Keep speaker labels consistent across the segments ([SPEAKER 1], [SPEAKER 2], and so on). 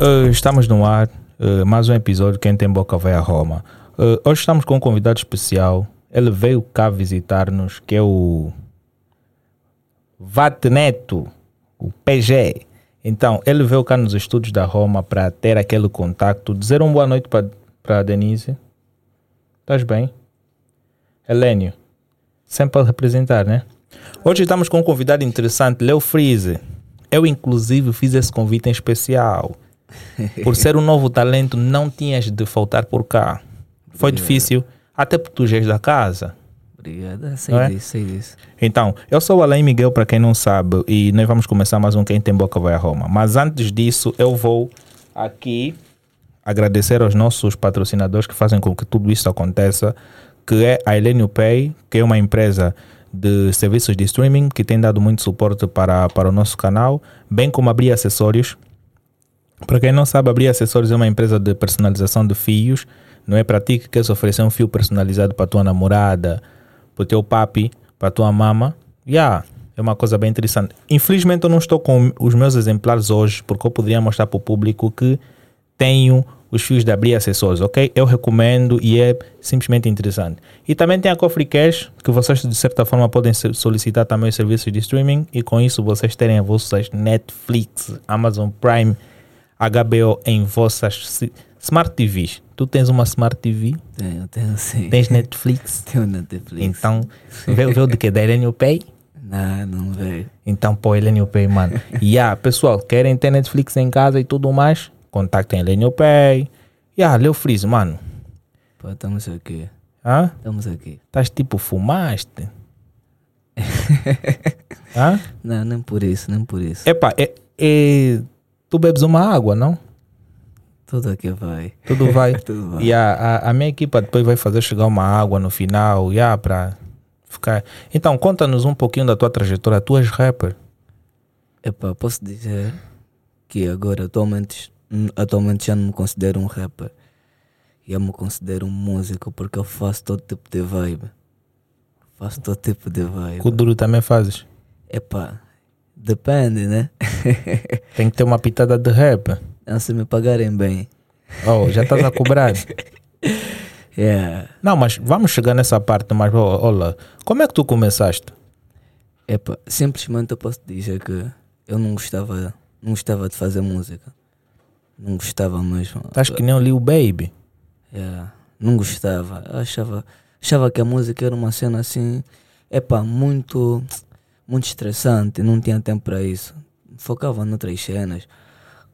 [SPEAKER 1] Uh, estamos no ar, uh, mais um episódio Quem Tem Boca Vai a Roma. Uh, hoje estamos com um convidado especial. Ele veio cá visitar-nos, que é o Vatneto, o PG. Então, ele veio cá nos estúdios da Roma para ter aquele contacto. Dizer uma boa noite para a Denise. Estás bem? Helênio, sempre a representar, né? Hoje estamos com um convidado interessante, Leo Freeze. Eu, inclusive, fiz esse convite em especial. Por ser um novo talento, não tinhas de faltar por cá. Foi
[SPEAKER 2] Obrigado.
[SPEAKER 1] difícil, até porque tu já és da casa.
[SPEAKER 2] Obrigado, Ah, sei
[SPEAKER 1] Não é?
[SPEAKER 2] disso, sei disso.
[SPEAKER 1] Então, eu sou o Alain Miguel, para quem não sabe, e nós vamos começar mais um Quem Tem Boca Vai a Roma. Mas antes disso, eu vou aqui agradecer aos nossos patrocinadores que fazem com que tudo isso aconteça, que é a Elenio Pay, que é uma empresa de serviços de streaming que tem dado muito suporte para, para o nosso canal, bem como abrir acessórios, para quem não sabe, Abrir Acessórios é uma empresa de personalização de fios. Não é para ti que queres oferecer um fio personalizado para tua namorada, para o teu papi, para tua mama. Yeah, é uma coisa bem interessante. Infelizmente, eu não estou com os meus exemplares hoje, porque eu poderia mostrar para o público que tenho os fios de Abrir Acessórios, ok? Eu recomendo e é simplesmente interessante. E também tem a Coffee Cash, que vocês de certa forma podem se- solicitar também os serviços de streaming e com isso vocês terem a vossas Netflix, Amazon Prime, HBO em vossas si- Smart TVs. Tu tens uma Smart TV,
[SPEAKER 2] Tenho, tenho sim.
[SPEAKER 1] tens Netflix,
[SPEAKER 2] Tenho Netflix.
[SPEAKER 1] então vê, vê o de que? Da Elenio Pay?
[SPEAKER 2] Não, não veio.
[SPEAKER 1] Então, pô, Elenio Pay, mano. yeah, pessoal, querem ter Netflix em casa e tudo mais? Contactem Elenio Pay. Yeah, Leo Freeze, ah, mano.
[SPEAKER 2] Pô, estamos aqui.
[SPEAKER 1] Hã?
[SPEAKER 2] Estamos aqui.
[SPEAKER 1] Estás tipo, fumaste? Hã?
[SPEAKER 2] Não, nem por isso, nem por isso.
[SPEAKER 1] Epa, é, é, tu bebes uma água, não?
[SPEAKER 2] Tudo aqui vai.
[SPEAKER 1] Tudo vai.
[SPEAKER 2] Tudo vai.
[SPEAKER 1] E a, a, a minha equipa depois vai fazer chegar uma água no final, yeah, para ficar. Então, conta-nos um pouquinho da tua trajetória. Tu és rapper.
[SPEAKER 2] Epá, posso dizer que agora, atualmente, hum, atualmente já não me considero um rapper. Já me considero um músico porque eu faço todo tipo de vibe. Faço todo tipo de vibe.
[SPEAKER 1] O duro também fazes.
[SPEAKER 2] Epá, depende, né?
[SPEAKER 1] Tem que ter uma pitada de rap.
[SPEAKER 2] Não, se me pagarem bem.
[SPEAKER 1] Oh, já estás a cobrar.
[SPEAKER 2] Yeah.
[SPEAKER 1] Não, mas vamos chegar nessa parte. Mas ó, olha, como é que tu começaste?
[SPEAKER 2] Epa, simplesmente eu posso dizer que eu não gostava, não gostava de fazer música. Não gostava mesmo.
[SPEAKER 1] Estás que nem o Lil Baby.
[SPEAKER 2] É, não gostava. Eu achava, achava que a música era uma cena assim, epa, muito, muito estressante, não tinha tempo para isso. Focava noutras cenas.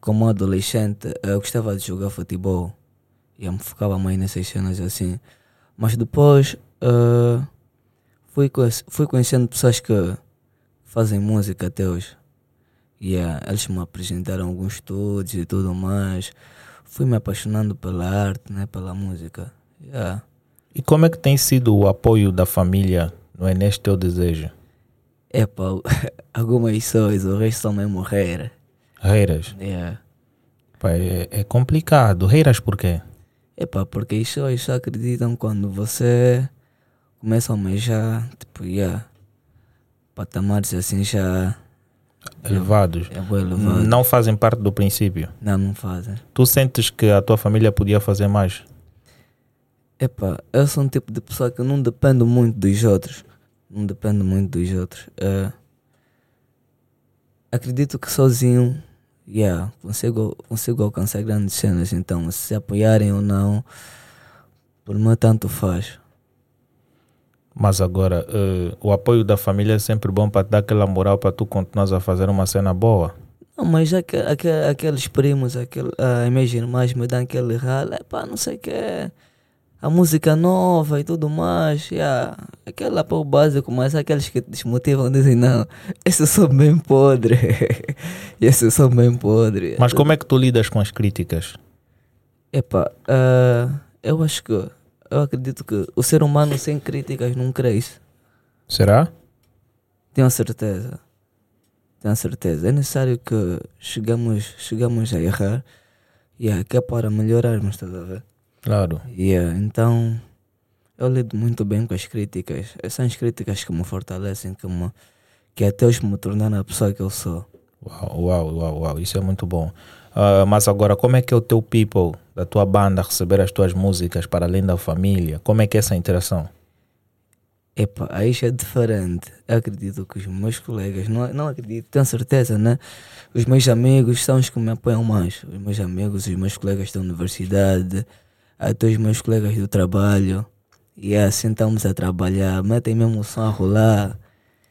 [SPEAKER 2] Como adolescente, eu gostava de jogar futebol. E eu me focava mais nessas cenas assim. Mas depois eh, fui, conhec- fui conhecendo pessoas que fazem música até hoje. E eh, eles me apresentaram alguns estudos e tudo mais fui me apaixonando pela arte, né, pela música. Yeah.
[SPEAKER 1] E como é que tem sido o apoio da família? Não é neste teu desejo?
[SPEAKER 2] Epa, algumas sóis, o resto são mesmo morrer.
[SPEAKER 1] Reiras.
[SPEAKER 2] Yeah.
[SPEAKER 1] Pá, é, é complicado. Reiras por quê?
[SPEAKER 2] Epa, porque os sóis só acreditam quando você começa a almejar, tipo, yeah, patamares assim já
[SPEAKER 1] Elevados.
[SPEAKER 2] é bom elevado.
[SPEAKER 1] Não fazem parte do princípio.
[SPEAKER 2] Não, não fazem.
[SPEAKER 1] Tu sentes que a tua família podia fazer mais?
[SPEAKER 2] Epá, eu sou um tipo de pessoa que não dependo muito dos outros. Não dependo muito dos outros. É, acredito que sozinho, yeah, consigo, consigo alcançar grandes cenas. Então, se apoiarem ou não, por mim tanto faz.
[SPEAKER 1] Mas agora, eh, o apoio da família é sempre bom para dar aquela moral para tu continuar a fazer uma cena boa.
[SPEAKER 2] Não, mas é aque, aque, aqueles primos, aquele, ah, as minhas irmãs me dão aquele ralo, epá, não sei o que é. A música nova e tudo mais, yeah. aquele apoio básico, mas aqueles que te desmotivam dizem não, esse eu sou bem podre, esse eu sou bem podre.
[SPEAKER 1] Mas como é que tu lidas com as críticas?
[SPEAKER 2] Epá, ah, eu acho que, eu acredito que o ser humano sem críticas não cresce,
[SPEAKER 1] Será?
[SPEAKER 2] tenho certeza. Tenho certeza. É necessário que chegamos, chegamos a errar, yeah, que é para melhorarmos, estás a ver?
[SPEAKER 1] Claro.
[SPEAKER 2] Yeah, então eu lido muito bem com as críticas. São as críticas que me fortalecem, que me, que até hoje me tornaram a pessoa que eu sou.
[SPEAKER 1] Uau, uau, uau, uau, isso é muito bom. Ah, mas agora, como é que é o teu people, da tua banda, receber as tuas músicas para além da família? Como é que é essa interação?
[SPEAKER 2] Epa, aí já é diferente. Eu acredito que os meus colegas, não, não acredito, tenho certeza, né? Os meus amigos são os que me apoiam mais. Os meus amigos, os meus colegas da universidade, até os meus colegas do trabalho. E é assim estamos a trabalhar, metem mesmo o som a rolar.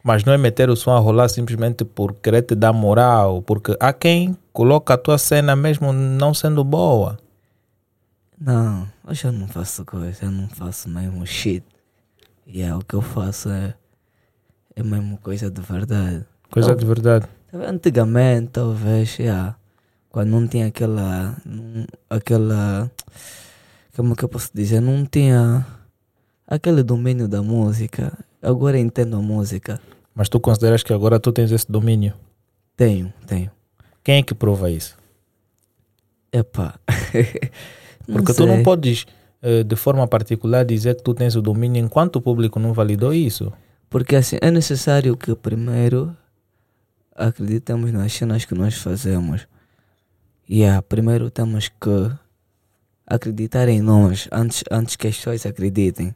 [SPEAKER 1] Mas não é meter o som a rolar simplesmente por querer te dar moral, porque há quem coloca a tua cena mesmo não sendo boa.
[SPEAKER 2] Não, hoje eu não faço coisa, eu não faço mesmo shit. E é o que eu faço é, é mesmo coisa de verdade. Então,
[SPEAKER 1] Coisa é, de verdade.
[SPEAKER 2] Antigamente, talvez, yeah, quando não tinha aquela. não- aquela. Como que eu posso dizer? Não tinha aquele domínio da música. Agora entendo a música.
[SPEAKER 1] Mas tu consideras que agora tu tens esse domínio?
[SPEAKER 2] Tenho, tenho.
[SPEAKER 1] Quem é que prova isso?
[SPEAKER 2] Epá.
[SPEAKER 1] Porque tu não
[SPEAKER 2] sei.
[SPEAKER 1] podes, eh, de forma particular, dizer que tu tens o domínio enquanto o público não validou isso.
[SPEAKER 2] Porque assim, é necessário que primeiro acreditemos nas cenas que nós fazemos. E yeah, primeiro temos que acreditar em nós antes, antes que as pessoas acreditem.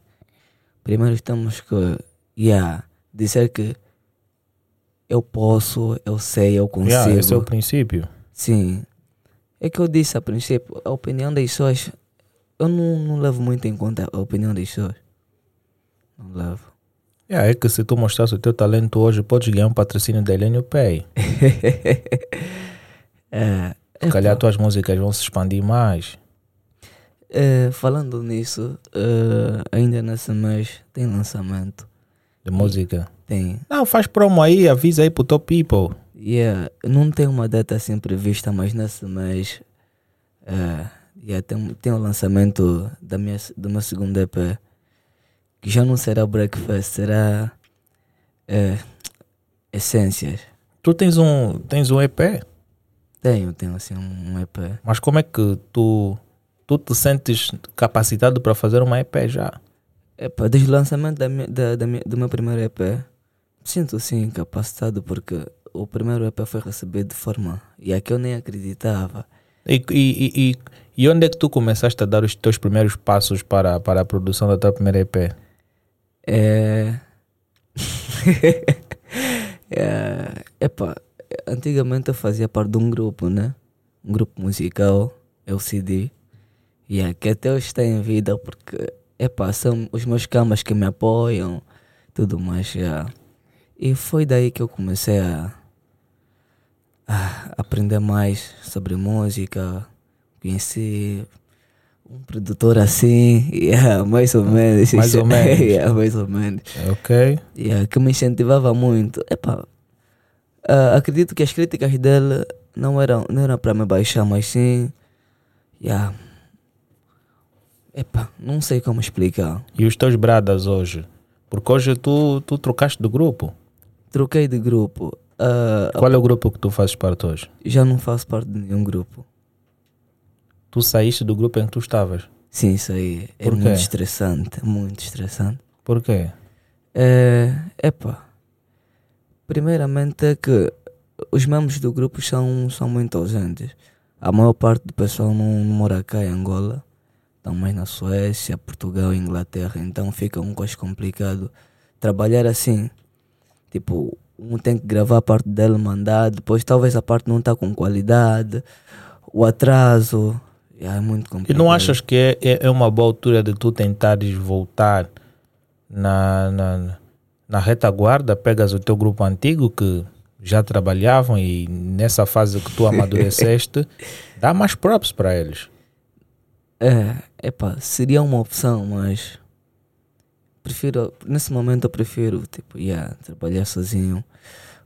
[SPEAKER 2] Primeiro temos que yeah, dizer que eu posso, eu sei, eu consigo.
[SPEAKER 1] Yeah, esse é o princípio.
[SPEAKER 2] Sim. É que eu disse a princípio, a opinião das pessoas, eu não, não levo muito em conta a opinião das pessoas. Não levo.
[SPEAKER 1] Yeah, é que se tu mostrasse o teu talento hoje, podes ganhar um patrocínio da Elenio Pay.
[SPEAKER 2] É,
[SPEAKER 1] Se calhar tuas músicas vão se expandir mais.
[SPEAKER 2] é, falando nisso, é, ainda nesse mês tem lançamento.
[SPEAKER 1] de música.
[SPEAKER 2] Tem.
[SPEAKER 1] Não, faz promo aí, avisa aí pro teu people.
[SPEAKER 2] Yeah, é, não tem uma data assim prevista, mas nesse mês é, yeah, tem, tem o lançamento da minha, do meu segundo EP. Que já não será Breakfast, será é, Essências.
[SPEAKER 1] Tu tens um, tens um EP,
[SPEAKER 2] Tenho, tenho assim um EP.
[SPEAKER 1] mas como é que tu, tu te sentes capacitado para fazer uma EP já?
[SPEAKER 2] Epá, desde o lançamento da, mi- da, da, mi- do meu primeiro EP, sinto sim incapacitado porque o primeiro EP foi recebido de forma e aqui eu nem acreditava.
[SPEAKER 1] E, e, e, e- e onde é que tu começaste a dar os teus primeiros passos para, para a produção da tua primeira EP?
[SPEAKER 2] É. é... Epá, antigamente eu fazia parte de um grupo, né? Um grupo musical, LCD. E yeah, que até hoje está em vida porque, epá, são os meus camas que me apoiam, tudo mais. yeah. E foi daí que eu comecei a, a aprender mais sobre música. Conheci um produtor assim, yeah, mais ou menos.
[SPEAKER 1] Mais ou menos.
[SPEAKER 2] Yeah, mais ou menos.
[SPEAKER 1] Ok?
[SPEAKER 2] Yeah, que me incentivava muito. Epá, ah, acredito que as críticas dele não eram não eram para me baixar, mas sim. Yeah. Epá, não sei como explicar.
[SPEAKER 1] E os teus bradas hoje? Porque hoje tu, tu trocaste do grupo.
[SPEAKER 2] Troquei de grupo. Ah,
[SPEAKER 1] Qual é o grupo que tu fazes parte hoje?
[SPEAKER 2] já não faço parte de nenhum grupo.
[SPEAKER 1] Tu saíste do grupo em que tu estavas.
[SPEAKER 2] Sim, isso aí é
[SPEAKER 1] Por quê?
[SPEAKER 2] muito estressante. Muito estressante.
[SPEAKER 1] Por quê?
[SPEAKER 2] É, epá. Primeiramente é que os membros do grupo são, são muito ausentes. A maior parte do pessoal não, não mora cá em Angola. Estão mais na Suécia, Portugal e Inglaterra. Então fica um coisa complicado trabalhar assim. Tipo, um tem que gravar a parte dele, mandar. Depois talvez a parte não está com qualidade. O atraso. É muito
[SPEAKER 1] E
[SPEAKER 2] complicado.
[SPEAKER 1] não achas que é, é, é uma boa altura de tu tentares voltar na, na, na retaguarda? Pegas o teu grupo antigo que já trabalhavam e nessa fase que tu amadureceste, dá mais props para eles.
[SPEAKER 2] É, epá, seria uma opção, mas prefiro, nesse momento eu prefiro, tipo, yeah, trabalhar sozinho,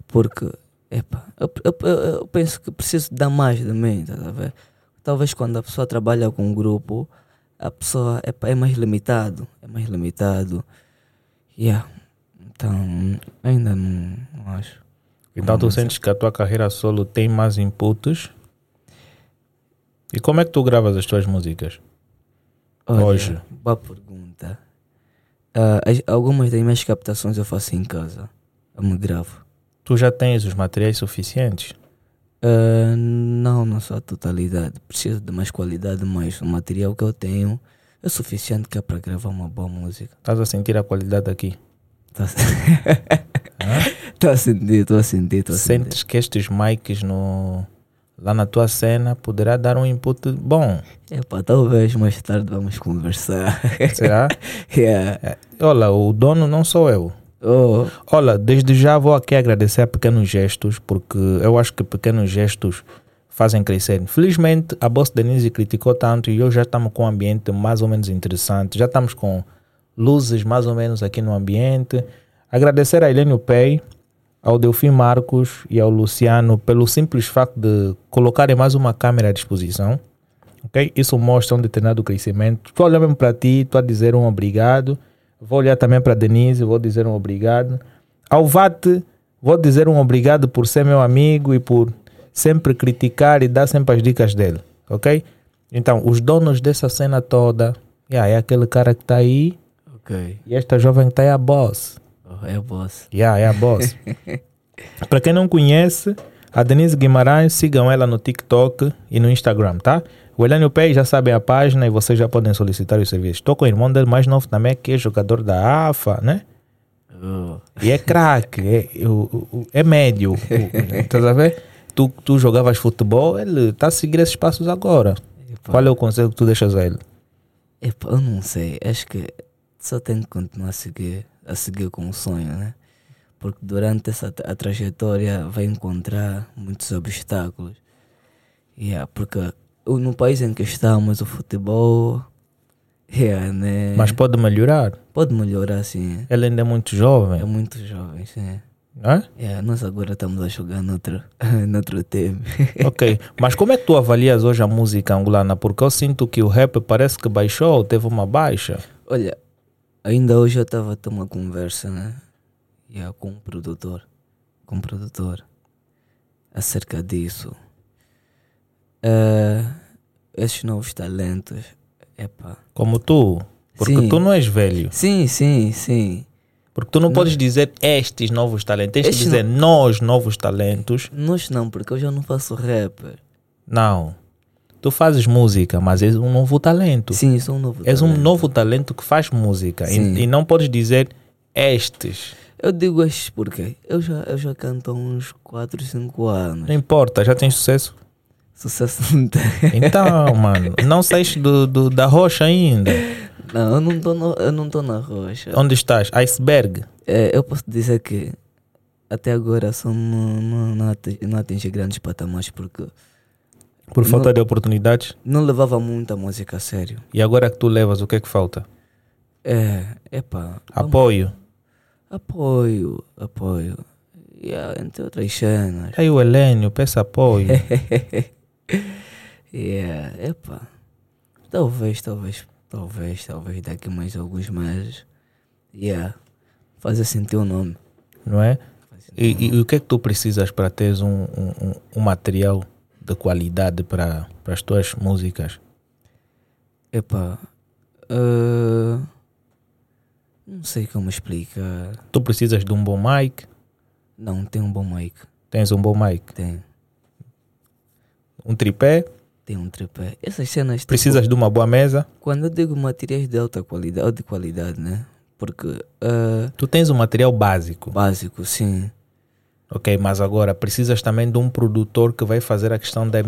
[SPEAKER 2] porque, epá, eu, eu, eu- eu penso que preciso dar mais de mim, tá a ver? Talvez quando a pessoa trabalha com um grupo, a pessoa, epá, é mais limitado, é mais limitado, yeah, então, ainda não, não acho.
[SPEAKER 1] Então tu sentes que a tua carreira solo tem mais inputs. E como é que tu gravas as tuas músicas? Hoje.
[SPEAKER 2] Boa pergunta. Ah, as- algumas das minhas captações eu faço em casa. Eu me gravo.
[SPEAKER 1] Tu já tens os materiais suficientes?
[SPEAKER 2] Eh, não, não só a totalidade. Preciso de mais qualidade, mas o material que eu tenho é suficiente que é para gravar uma boa música. Tá
[SPEAKER 1] Estás a sentir a qualidade aqui?
[SPEAKER 2] Estou Tá a sentir, estou a sentir, estou a sentir.
[SPEAKER 1] Sentes que estes mics no, lá na tua cena poderá dar um input bom?
[SPEAKER 2] Epá, talvez mais tarde vamos conversar.
[SPEAKER 1] Será?
[SPEAKER 2] yeah.
[SPEAKER 1] É, Olha, o dono não sou eu.
[SPEAKER 2] Oh,
[SPEAKER 1] Olha, desde já vou aqui agradecer a Pequenos Gestos, porque eu acho que pequenos gestos fazem crescer. Felizmente, a Boss Denise criticou tanto e hoje já estamos com um ambiente mais ou menos interessante. Já estamos com luzes mais ou menos aqui no ambiente. Agradecer a Helênio Pei, ao Delfim Marcos e ao Luciano pelo simples facto de colocarem mais uma câmera à disposição. Ok? Isso mostra um determinado crescimento. Estou olhando mesmo para ti, estou a dizer um obrigado. Vou olhar também para Denise, vou dizer um obrigado. Ao Vate, vou dizer um obrigado por ser meu amigo e por sempre criticar e dar sempre as dicas dele. Ok? Então, os donos dessa cena toda, yeah, é aquele cara que está aí
[SPEAKER 2] ok.
[SPEAKER 1] e esta jovem que está aí é a boss.
[SPEAKER 2] Oh, é boss.
[SPEAKER 1] Yeah, é a boss. Para quem não conhece, a Denise Guimarães, sigam ela no TikTok e no Instagram, tá? O Elânio Pérez já sabe a página e vocês já podem solicitar os serviços. Estou com o irmão dele mais novo também, que é jogador da AFA, né?
[SPEAKER 2] Oh.
[SPEAKER 1] E é craque, é, o- o- o- é médio. o- o- Estás a ver? Tu, tu jogavas futebol, ele está a seguir esses passos agora.
[SPEAKER 2] Epá.
[SPEAKER 1] Qual é o conselho que tu deixas a ele?
[SPEAKER 2] Epá, eu não sei, acho que só tenho que continuar a seguir, a seguir com o sonho, né? Porque durante essa tra- a trajetória vai encontrar muitos obstáculos. Yeah, porque o- no país em que estamos, o futebol yeah, né?
[SPEAKER 1] Mas pode melhorar.
[SPEAKER 2] pode melhorar, sim.
[SPEAKER 1] Ele ainda é muito
[SPEAKER 2] É
[SPEAKER 1] jovem,
[SPEAKER 2] muito jovem, sim.
[SPEAKER 1] né?
[SPEAKER 2] Yeah, nós agora estamos a jogar noutro, noutro time.
[SPEAKER 1] Ok, mas como é que tu avalias hoje a música angolana? Porque eu sinto que o rap parece que baixou, teve uma baixa.
[SPEAKER 2] Olha, ainda hoje eu estava a ter uma conversa, né? Yeah, com um produtor. Com um produtor. Acerca disso. Eh, esses novos talentos. Epa.
[SPEAKER 1] Como tu. Porque
[SPEAKER 2] Sim.
[SPEAKER 1] tu não és velho.
[SPEAKER 2] Sim, sim, sim.
[SPEAKER 1] Porque tu não, podes dizer estes novos talentos. Tens que
[SPEAKER 2] Estes
[SPEAKER 1] dizer nós novos talentos.
[SPEAKER 2] Nós não, porque eu já não faço rap.
[SPEAKER 1] Não. Tu fazes música, mas és um novo talento.
[SPEAKER 2] Sim, sou um novo
[SPEAKER 1] És um
[SPEAKER 2] talento.
[SPEAKER 1] novo talento que faz música.
[SPEAKER 2] Sim.
[SPEAKER 1] E, e não podes dizer estes.
[SPEAKER 2] Eu digo estes porque eu já, eu já canto há uns 4, 5 anos.
[SPEAKER 1] Não importa, já tens sucesso.
[SPEAKER 2] Sucesso não tem.
[SPEAKER 1] Então, mano, não saíste do, do- da rocha ainda.
[SPEAKER 2] Não, eu não tô no- eu não estou na rocha.
[SPEAKER 1] Onde estás? Iceberg.
[SPEAKER 2] É, eu posso dizer que até agora só não, não, não ati- não atingi grandes patamares porque
[SPEAKER 1] Por
[SPEAKER 2] Não-
[SPEAKER 1] falta de oportunidades.
[SPEAKER 2] não levava muito a música a sério.
[SPEAKER 1] E agora que tu levas, o que é que falta?
[SPEAKER 2] É, epá, vamos-
[SPEAKER 1] Apoio.
[SPEAKER 2] apoio, apoio. Yeah, entre outras cenas.
[SPEAKER 1] Aí o Helênio, peça apoio.
[SPEAKER 2] Yeah, epá. Talvez, talvez, talvez, talvez daqui mais alguns meses. Yeah. Fazer sentir o nome.
[SPEAKER 1] não é? E, e- e o que é que tu precisas para teres um, um, um- um material de qualidade para para as tuas músicas?
[SPEAKER 2] Epá. ah, não sei como explicar.
[SPEAKER 1] Tu precisas de um bom mic?
[SPEAKER 2] Não, tem um bom mic.
[SPEAKER 1] Tens um bom mic?
[SPEAKER 2] Tem,
[SPEAKER 1] Um tripé?
[SPEAKER 2] tem um tripé. Essas cenas. tipo,
[SPEAKER 1] Precisas de uma boa mesa?
[SPEAKER 2] quando eu digo materiais de alta qualidade, ou de qualidade, né? Porque. ah,
[SPEAKER 1] Tu tens um material básico,
[SPEAKER 2] básico, sim.
[SPEAKER 1] ok? Mas agora precisas também de um produtor que vai fazer a questão da,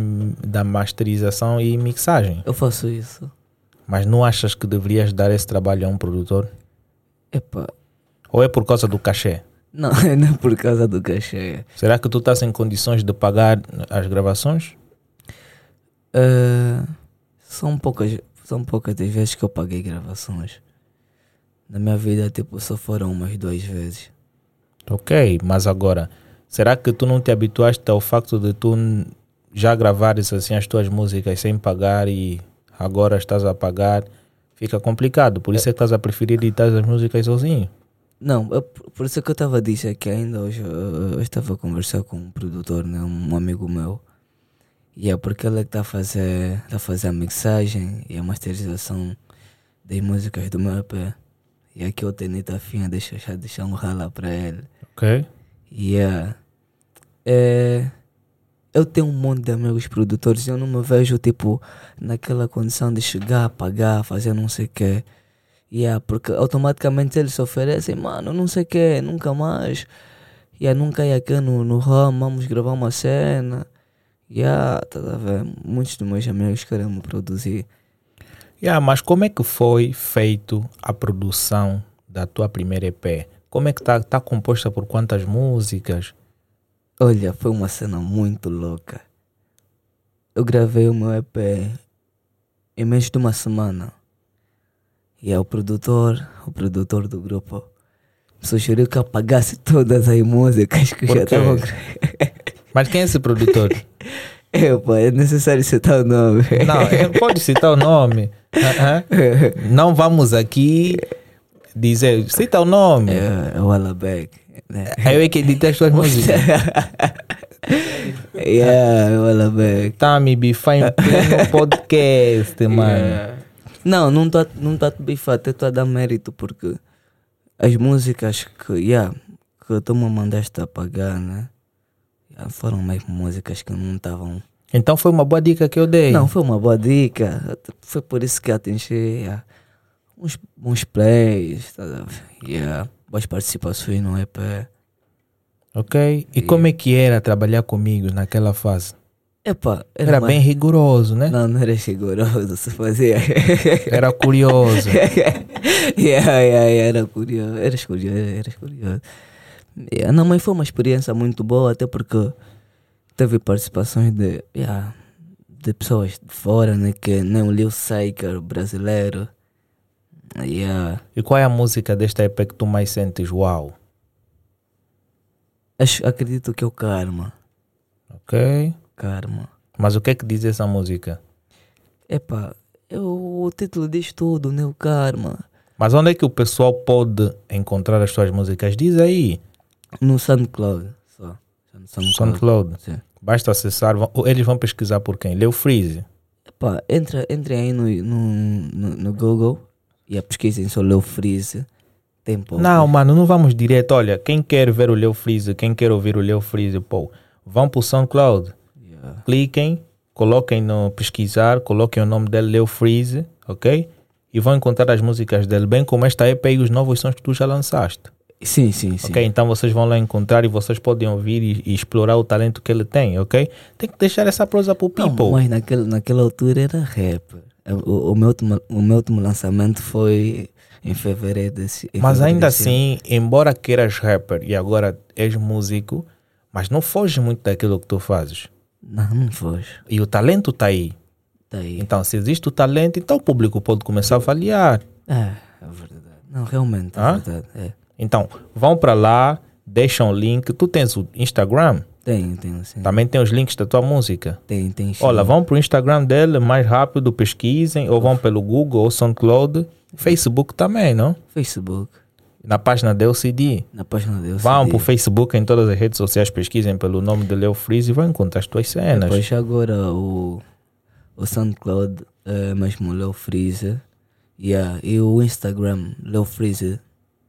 [SPEAKER 1] da masterização e mixagem.
[SPEAKER 2] Eu faço isso.
[SPEAKER 1] Mas não achas que deverias dar esse trabalho a um produtor?
[SPEAKER 2] Epá.
[SPEAKER 1] Ou é por causa do cachê?
[SPEAKER 2] Não, não é por causa do cachê.
[SPEAKER 1] Será que tu estás em condições de pagar as gravações?
[SPEAKER 2] Ah, são poucas. São poucas as vezes que eu paguei gravações. Na minha vida, tipo, só foram umas duas vezes.
[SPEAKER 1] Ok, mas agora, será que tu não te habituaste ao facto de tu n- já gravares assim as tuas músicas sem pagar e agora estás a pagar? Fica complicado, por isso é que estás a preferir editar as músicas sozinho.
[SPEAKER 2] Não, eu- por por isso é que eu estava a dizer que ainda hoje eu eu estava a conversar com um produtor, né, um amigo meu. E é porque ele está a fazer, tá a fazer a mixagem e a masterização das músicas do meu EP. tá E aqui eu tenho a finha, deixa, já deixar um rala para ele.
[SPEAKER 1] Ok.
[SPEAKER 2] E é, é, eu tenho um monte de amigos produtores e eu não me vejo, tipo, naquela condição de chegar, pagar, fazer não sei o quê. Yeah, porque automaticamente eles se oferecem, mano, não sei o quê, nunca mais. Yeah, nunca ia aqui no, no ramo, vamos gravar uma cena. Yeah, tá a ver? Muitos dos meus amigos querem me produzir.
[SPEAKER 1] Yeah, mas como é que foi feito a produção da tua primeira EP? Como é que está tá composta por quantas músicas?
[SPEAKER 2] Olha, foi uma cena muito louca. Eu gravei o meu EP em menos de uma semana. E é o produtor, o produtor do grupo, me sugeriu que eu apagasse todas as músicas que eu
[SPEAKER 1] Por
[SPEAKER 2] já
[SPEAKER 1] quê?
[SPEAKER 2] estava.
[SPEAKER 1] Mas quem é esse produtor?
[SPEAKER 2] É, pô, é necessário citar o nome.
[SPEAKER 1] Não, é, pode citar o nome. Aham. Não vamos aqui dizer, cita o nome.
[SPEAKER 2] É, é o Alabeck. Né?
[SPEAKER 1] Aí eu é que editei as tuas músicas.
[SPEAKER 2] yeah, é o Alabeck.
[SPEAKER 1] Tami Bifa em pleno podcast, mano.
[SPEAKER 2] Não, não estou não tô a te bifar, até estou a dar mérito, porque as músicas que, yeah, que tu me mandaste apagar, né? yeah, Foram mesmo músicas que não estavam.
[SPEAKER 1] Então foi uma boa dica que eu dei.
[SPEAKER 2] Não, foi uma boa dica. Foi por isso que atingi yeah, uns bons plays, tá a ver? yeah, boas participações no EP.
[SPEAKER 1] Ok? E como é que era trabalhar comigo naquela fase?
[SPEAKER 2] Epa, era,
[SPEAKER 1] Era,
[SPEAKER 2] mais-
[SPEAKER 1] bem rigoroso, né?
[SPEAKER 2] Não, não era rigoroso, se fazia.
[SPEAKER 1] Era curioso.
[SPEAKER 2] yeah, yeah, yeah, É, era curioso, era curioso, era curioso. Yeah, não, mas foi uma experiência muito boa, até porque teve participações de, yeah, de pessoas de fora, né, que nem o Lil Saker, brasileiro. Yeah.
[SPEAKER 1] e qual é a música desta EP que tu mais sentes uau?
[SPEAKER 2] Acho, acredito que é o Karma.
[SPEAKER 1] Ok?
[SPEAKER 2] Karma.
[SPEAKER 1] Mas o que é que diz essa música?
[SPEAKER 2] Epá, eu, o título diz tudo, né, o Karma.
[SPEAKER 1] Mas onde é que o pessoal pode encontrar as tuas músicas? Diz aí.
[SPEAKER 2] No SoundCloud, só. No SoundCloud.
[SPEAKER 1] SoundCloud.
[SPEAKER 2] Sim.
[SPEAKER 1] Basta acessar, vão- ou eles vão pesquisar por quem? Leo Freeze.
[SPEAKER 2] Pá, entra, entrem aí no, no, no, no Google e a pesquisem sobre o Freeze. Tem pouco.
[SPEAKER 1] Não, mano, não vamos direto. Olha, quem quer ver o Leo Freeze, quem quer ouvir o Leo Freeze, pô, vão pro SoundCloud.
[SPEAKER 2] Yeah.
[SPEAKER 1] cliquem, coloquem no pesquisar, coloquem o nome dele, Leo Freeze, ok? E vão encontrar as músicas dele, bem como esta EP e os novos sons que tu já lançaste.
[SPEAKER 2] Sim, sim, sim.
[SPEAKER 1] Ok? Então vocês vão lá encontrar e vocês podem ouvir e, e explorar o talento que ele tem, ok? Tem que deixar essa prosa pro
[SPEAKER 2] Não, é
[SPEAKER 1] people.
[SPEAKER 2] mas naquele, naquela altura era rap. O, o, meu último, o meu último lançamento foi em fevereiro desse em
[SPEAKER 1] Mas
[SPEAKER 2] fevereiro
[SPEAKER 1] ainda
[SPEAKER 2] desse ano.
[SPEAKER 1] assim, embora queiras rapper e agora és músico, mas não foge muito daquilo que tu fazes.
[SPEAKER 2] Não, não foi.
[SPEAKER 1] E o talento tá aí.
[SPEAKER 2] Daí.
[SPEAKER 1] Então, se existe o talento, então o público pode começar a avaliar.
[SPEAKER 2] É, é verdade. Não, realmente, é
[SPEAKER 1] Hã?
[SPEAKER 2] verdade. É.
[SPEAKER 1] Então, vão para lá, deixam o link. Tu tens o Instagram?
[SPEAKER 2] Tem, tem, sim.
[SPEAKER 1] Também tem os links da tua música.
[SPEAKER 2] Tem, tem. sim.
[SPEAKER 1] Tá. Olha, vão para o Instagram dele mais rápido, pesquisem, ou vão pelo Google ou SoundCloud. Facebook também, não?
[SPEAKER 2] Facebook.
[SPEAKER 1] Na página da LCD.
[SPEAKER 2] Na página deles.
[SPEAKER 1] Vão para o Facebook, em todas as redes sociais, pesquisem pelo nome de Leo Freeze e vão encontrar as tuas cenas.
[SPEAKER 2] Depois agora o, o SoundCloud é mesmo Leo Freezer. Yeah, e o Instagram Leo Freezer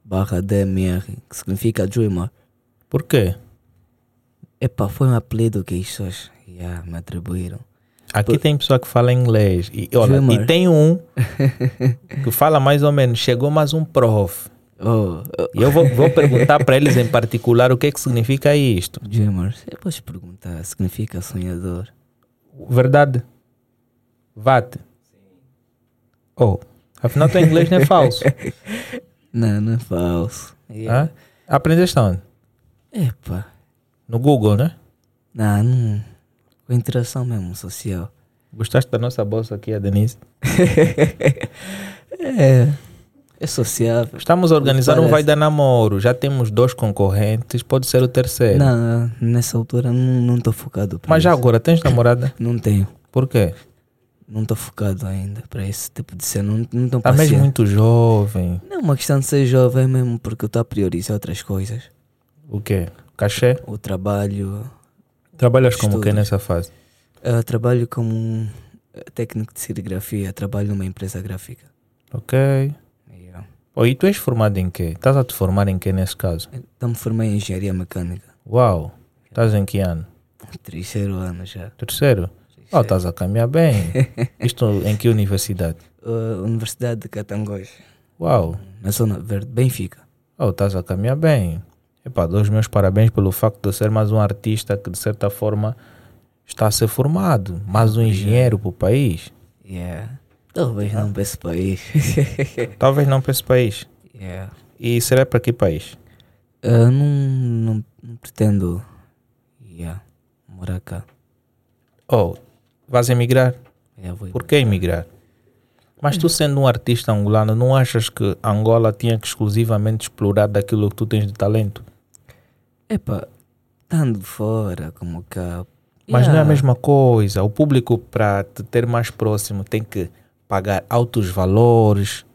[SPEAKER 2] barra DMR, que significa Dreamer.
[SPEAKER 1] Por quê?
[SPEAKER 2] Epá, foi um apelido que as pessoas yeah, me atribuíram.
[SPEAKER 1] Aqui tem pessoa que fala inglês. E, olha,
[SPEAKER 2] Dreamer.
[SPEAKER 1] e tem um que fala mais ou menos, chegou mais um prof.
[SPEAKER 2] Oh, oh,
[SPEAKER 1] E eu vou, vou perguntar para eles em particular o que é que significa isto.
[SPEAKER 2] Dreamer, você pode perguntar, significa sonhador.
[SPEAKER 1] Verdade. Vate. Oh, afinal teu inglês não é falso.
[SPEAKER 2] Não, não é falso. Yeah.
[SPEAKER 1] Hã? Aprendeste onde?
[SPEAKER 2] Epá,
[SPEAKER 1] No Google, né?
[SPEAKER 2] não, não. Com interação mesmo social.
[SPEAKER 1] Gostaste da nossa bolsa aqui, a Denise?
[SPEAKER 2] É, é sociável.
[SPEAKER 1] Estamos a organizar um
[SPEAKER 2] Parece.
[SPEAKER 1] Vai Dar Namoro. Já temos dois concorrentes, pode ser o terceiro.
[SPEAKER 2] Não, nessa altura não não estou focado pra
[SPEAKER 1] É. Mas já
[SPEAKER 2] isso.
[SPEAKER 1] agora, tens namorada?
[SPEAKER 2] Não tenho.
[SPEAKER 1] Por quê?
[SPEAKER 2] Não estou focado ainda para esse tipo de cena. Não, não estou
[SPEAKER 1] Tá mesmo
[SPEAKER 2] paciente.
[SPEAKER 1] muito jovem.
[SPEAKER 2] Não é uma questão de ser jovem mesmo, porque eu estou a priorizar outras coisas.
[SPEAKER 1] O quê? Cachê?
[SPEAKER 2] O trabalho.
[SPEAKER 1] Trabalhas como
[SPEAKER 2] Estudos.
[SPEAKER 1] quem nessa fase?
[SPEAKER 2] Eu trabalho como eh, técnico de serigrafia. Trabalho numa empresa gráfica.
[SPEAKER 1] Ok.
[SPEAKER 2] Yeah.
[SPEAKER 1] Oh, e tu és formado em quê? Estás a te formar em quê nesse caso?
[SPEAKER 2] Então me formei em engenharia mecânica.
[SPEAKER 1] Uau. Estás em que ano?
[SPEAKER 2] Terceiro ano já.
[SPEAKER 1] Terceiro? Oh, estás a caminhar bem. Isto em que universidade?
[SPEAKER 2] Uh, Universidade de Catangós,
[SPEAKER 1] Uau,
[SPEAKER 2] na Zona Verde, Benfica.
[SPEAKER 1] oh, estás a caminhar bem. Epá, dou os meus parabéns pelo facto de ser mais um artista que, de certa forma, está a ser formado. Mais um engenheiro para o país.
[SPEAKER 2] Yeah. Talvez não para esse país.
[SPEAKER 1] Talvez não para esse país.
[SPEAKER 2] yeah.
[SPEAKER 1] E será para que país?
[SPEAKER 2] Eu não, não, não pretendo yeah, morar cá.
[SPEAKER 1] Oh, vais emigrar?
[SPEAKER 2] Yeah, É, vou-
[SPEAKER 1] Por que emigrar? Mas tu sendo um artista angolano, não achas que Angola tinha que exclusivamente explorar daquilo que tu tens de talento?
[SPEAKER 2] Epá, tanto fora como cá.
[SPEAKER 1] Mas não é a
[SPEAKER 2] Yeah.
[SPEAKER 1] mesma coisa. O público, para te ter mais próximo, tem que pagar altos valores.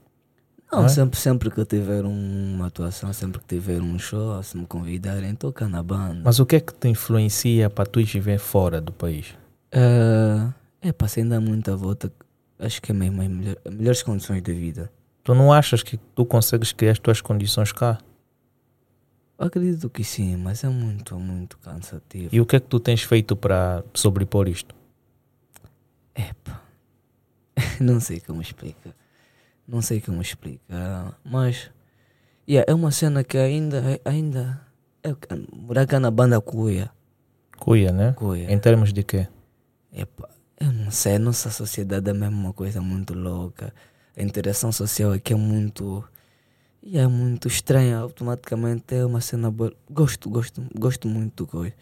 [SPEAKER 2] Não,
[SPEAKER 1] não é?
[SPEAKER 2] sempre, sempre que eu tiver uma atuação, sempre que tiver um show, se me convidarem, tô cá na banda.
[SPEAKER 1] Mas o que é que te influencia para tu viver fora do país?
[SPEAKER 2] Ah, é, passei ainda muita volta. Acho que é mesmo as melhor- as melhores condições de vida.
[SPEAKER 1] Tu não achas que tu consegues criar as tuas condições cá?
[SPEAKER 2] Eu acredito que sim, mas é muito, muito cansativo.
[SPEAKER 1] E o que é que tu tens feito para sobrepor isto?
[SPEAKER 2] Epa. Não sei como explicar. Não sei como explicar. Mas yeah, é uma cena que ainda. ainda eu, morar cá na banda cuia.
[SPEAKER 1] Cuia, né?
[SPEAKER 2] Cuia.
[SPEAKER 1] Em termos de quê?
[SPEAKER 2] Epa, eu não sei, a nossa sociedade é mesmo uma coisa muito louca. A interação social aqui é muito. E é muito estranha. Automaticamente é uma cena boa. Gosto, gosto, gosto muito do, coi-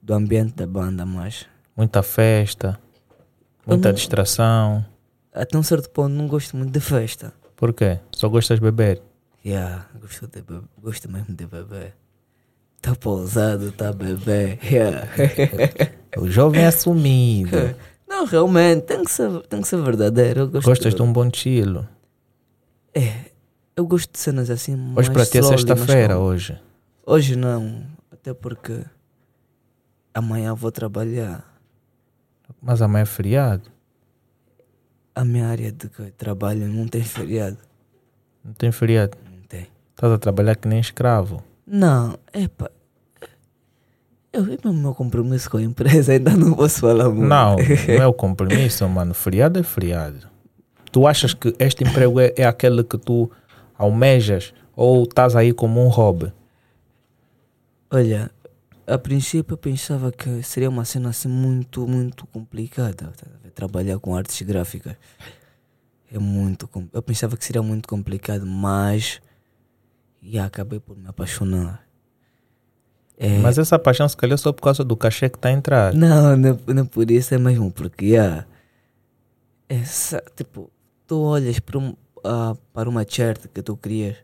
[SPEAKER 2] do ambiente da banda, mas
[SPEAKER 1] Muita festa, muita
[SPEAKER 2] não-
[SPEAKER 1] distração.
[SPEAKER 2] até um certo ponto não gosto muito de festa.
[SPEAKER 1] Por quê? Só gostas de beber?
[SPEAKER 2] Yeah, gosto, de be- gosto mesmo de beber. Tá pausado, tá bebê. Yeah.
[SPEAKER 1] O jovem é assumido.
[SPEAKER 2] não, realmente, tem que ser, tem que ser verdadeiro. Eu gosto
[SPEAKER 1] Gostas de um bom chilo.
[SPEAKER 2] É, eu gosto de cenas assim.
[SPEAKER 1] Hoje
[SPEAKER 2] mais
[SPEAKER 1] para ti é
[SPEAKER 2] slowly, mais
[SPEAKER 1] sexta-feira,
[SPEAKER 2] calmo.
[SPEAKER 1] hoje.
[SPEAKER 2] Hoje não, até porque amanhã vou trabalhar.
[SPEAKER 1] Mas amanhã é feriado.
[SPEAKER 2] A minha área de que eu trabalho não tem feriado.
[SPEAKER 1] Não tem feriado.
[SPEAKER 2] Não tem.
[SPEAKER 1] Estás a trabalhar que nem escravo.
[SPEAKER 2] Não, epa. Eu vi o meu compromisso com a empresa, ainda não posso falar muito.
[SPEAKER 1] Não, não é o compromisso, mano. Feriado é feriado. Tu achas que este emprego é, é aquele que tu almejas ou estás aí como um hobby?
[SPEAKER 2] Olha, a princípio eu pensava que seria uma cena assim muito, muito complicada. tá a ver? Trabalhar com artes gráficas é muito. com- Eu pensava que seria muito complicado, mas. E acabei por me apaixonar. É,
[SPEAKER 1] Mas essa paixão se calhar só por causa do cachê que está a entrar.
[SPEAKER 2] Não, não, é- não é por isso, é mesmo porque. ah, essa, tipo, tu olhas para, um, ah, para uma shirt que tu crias,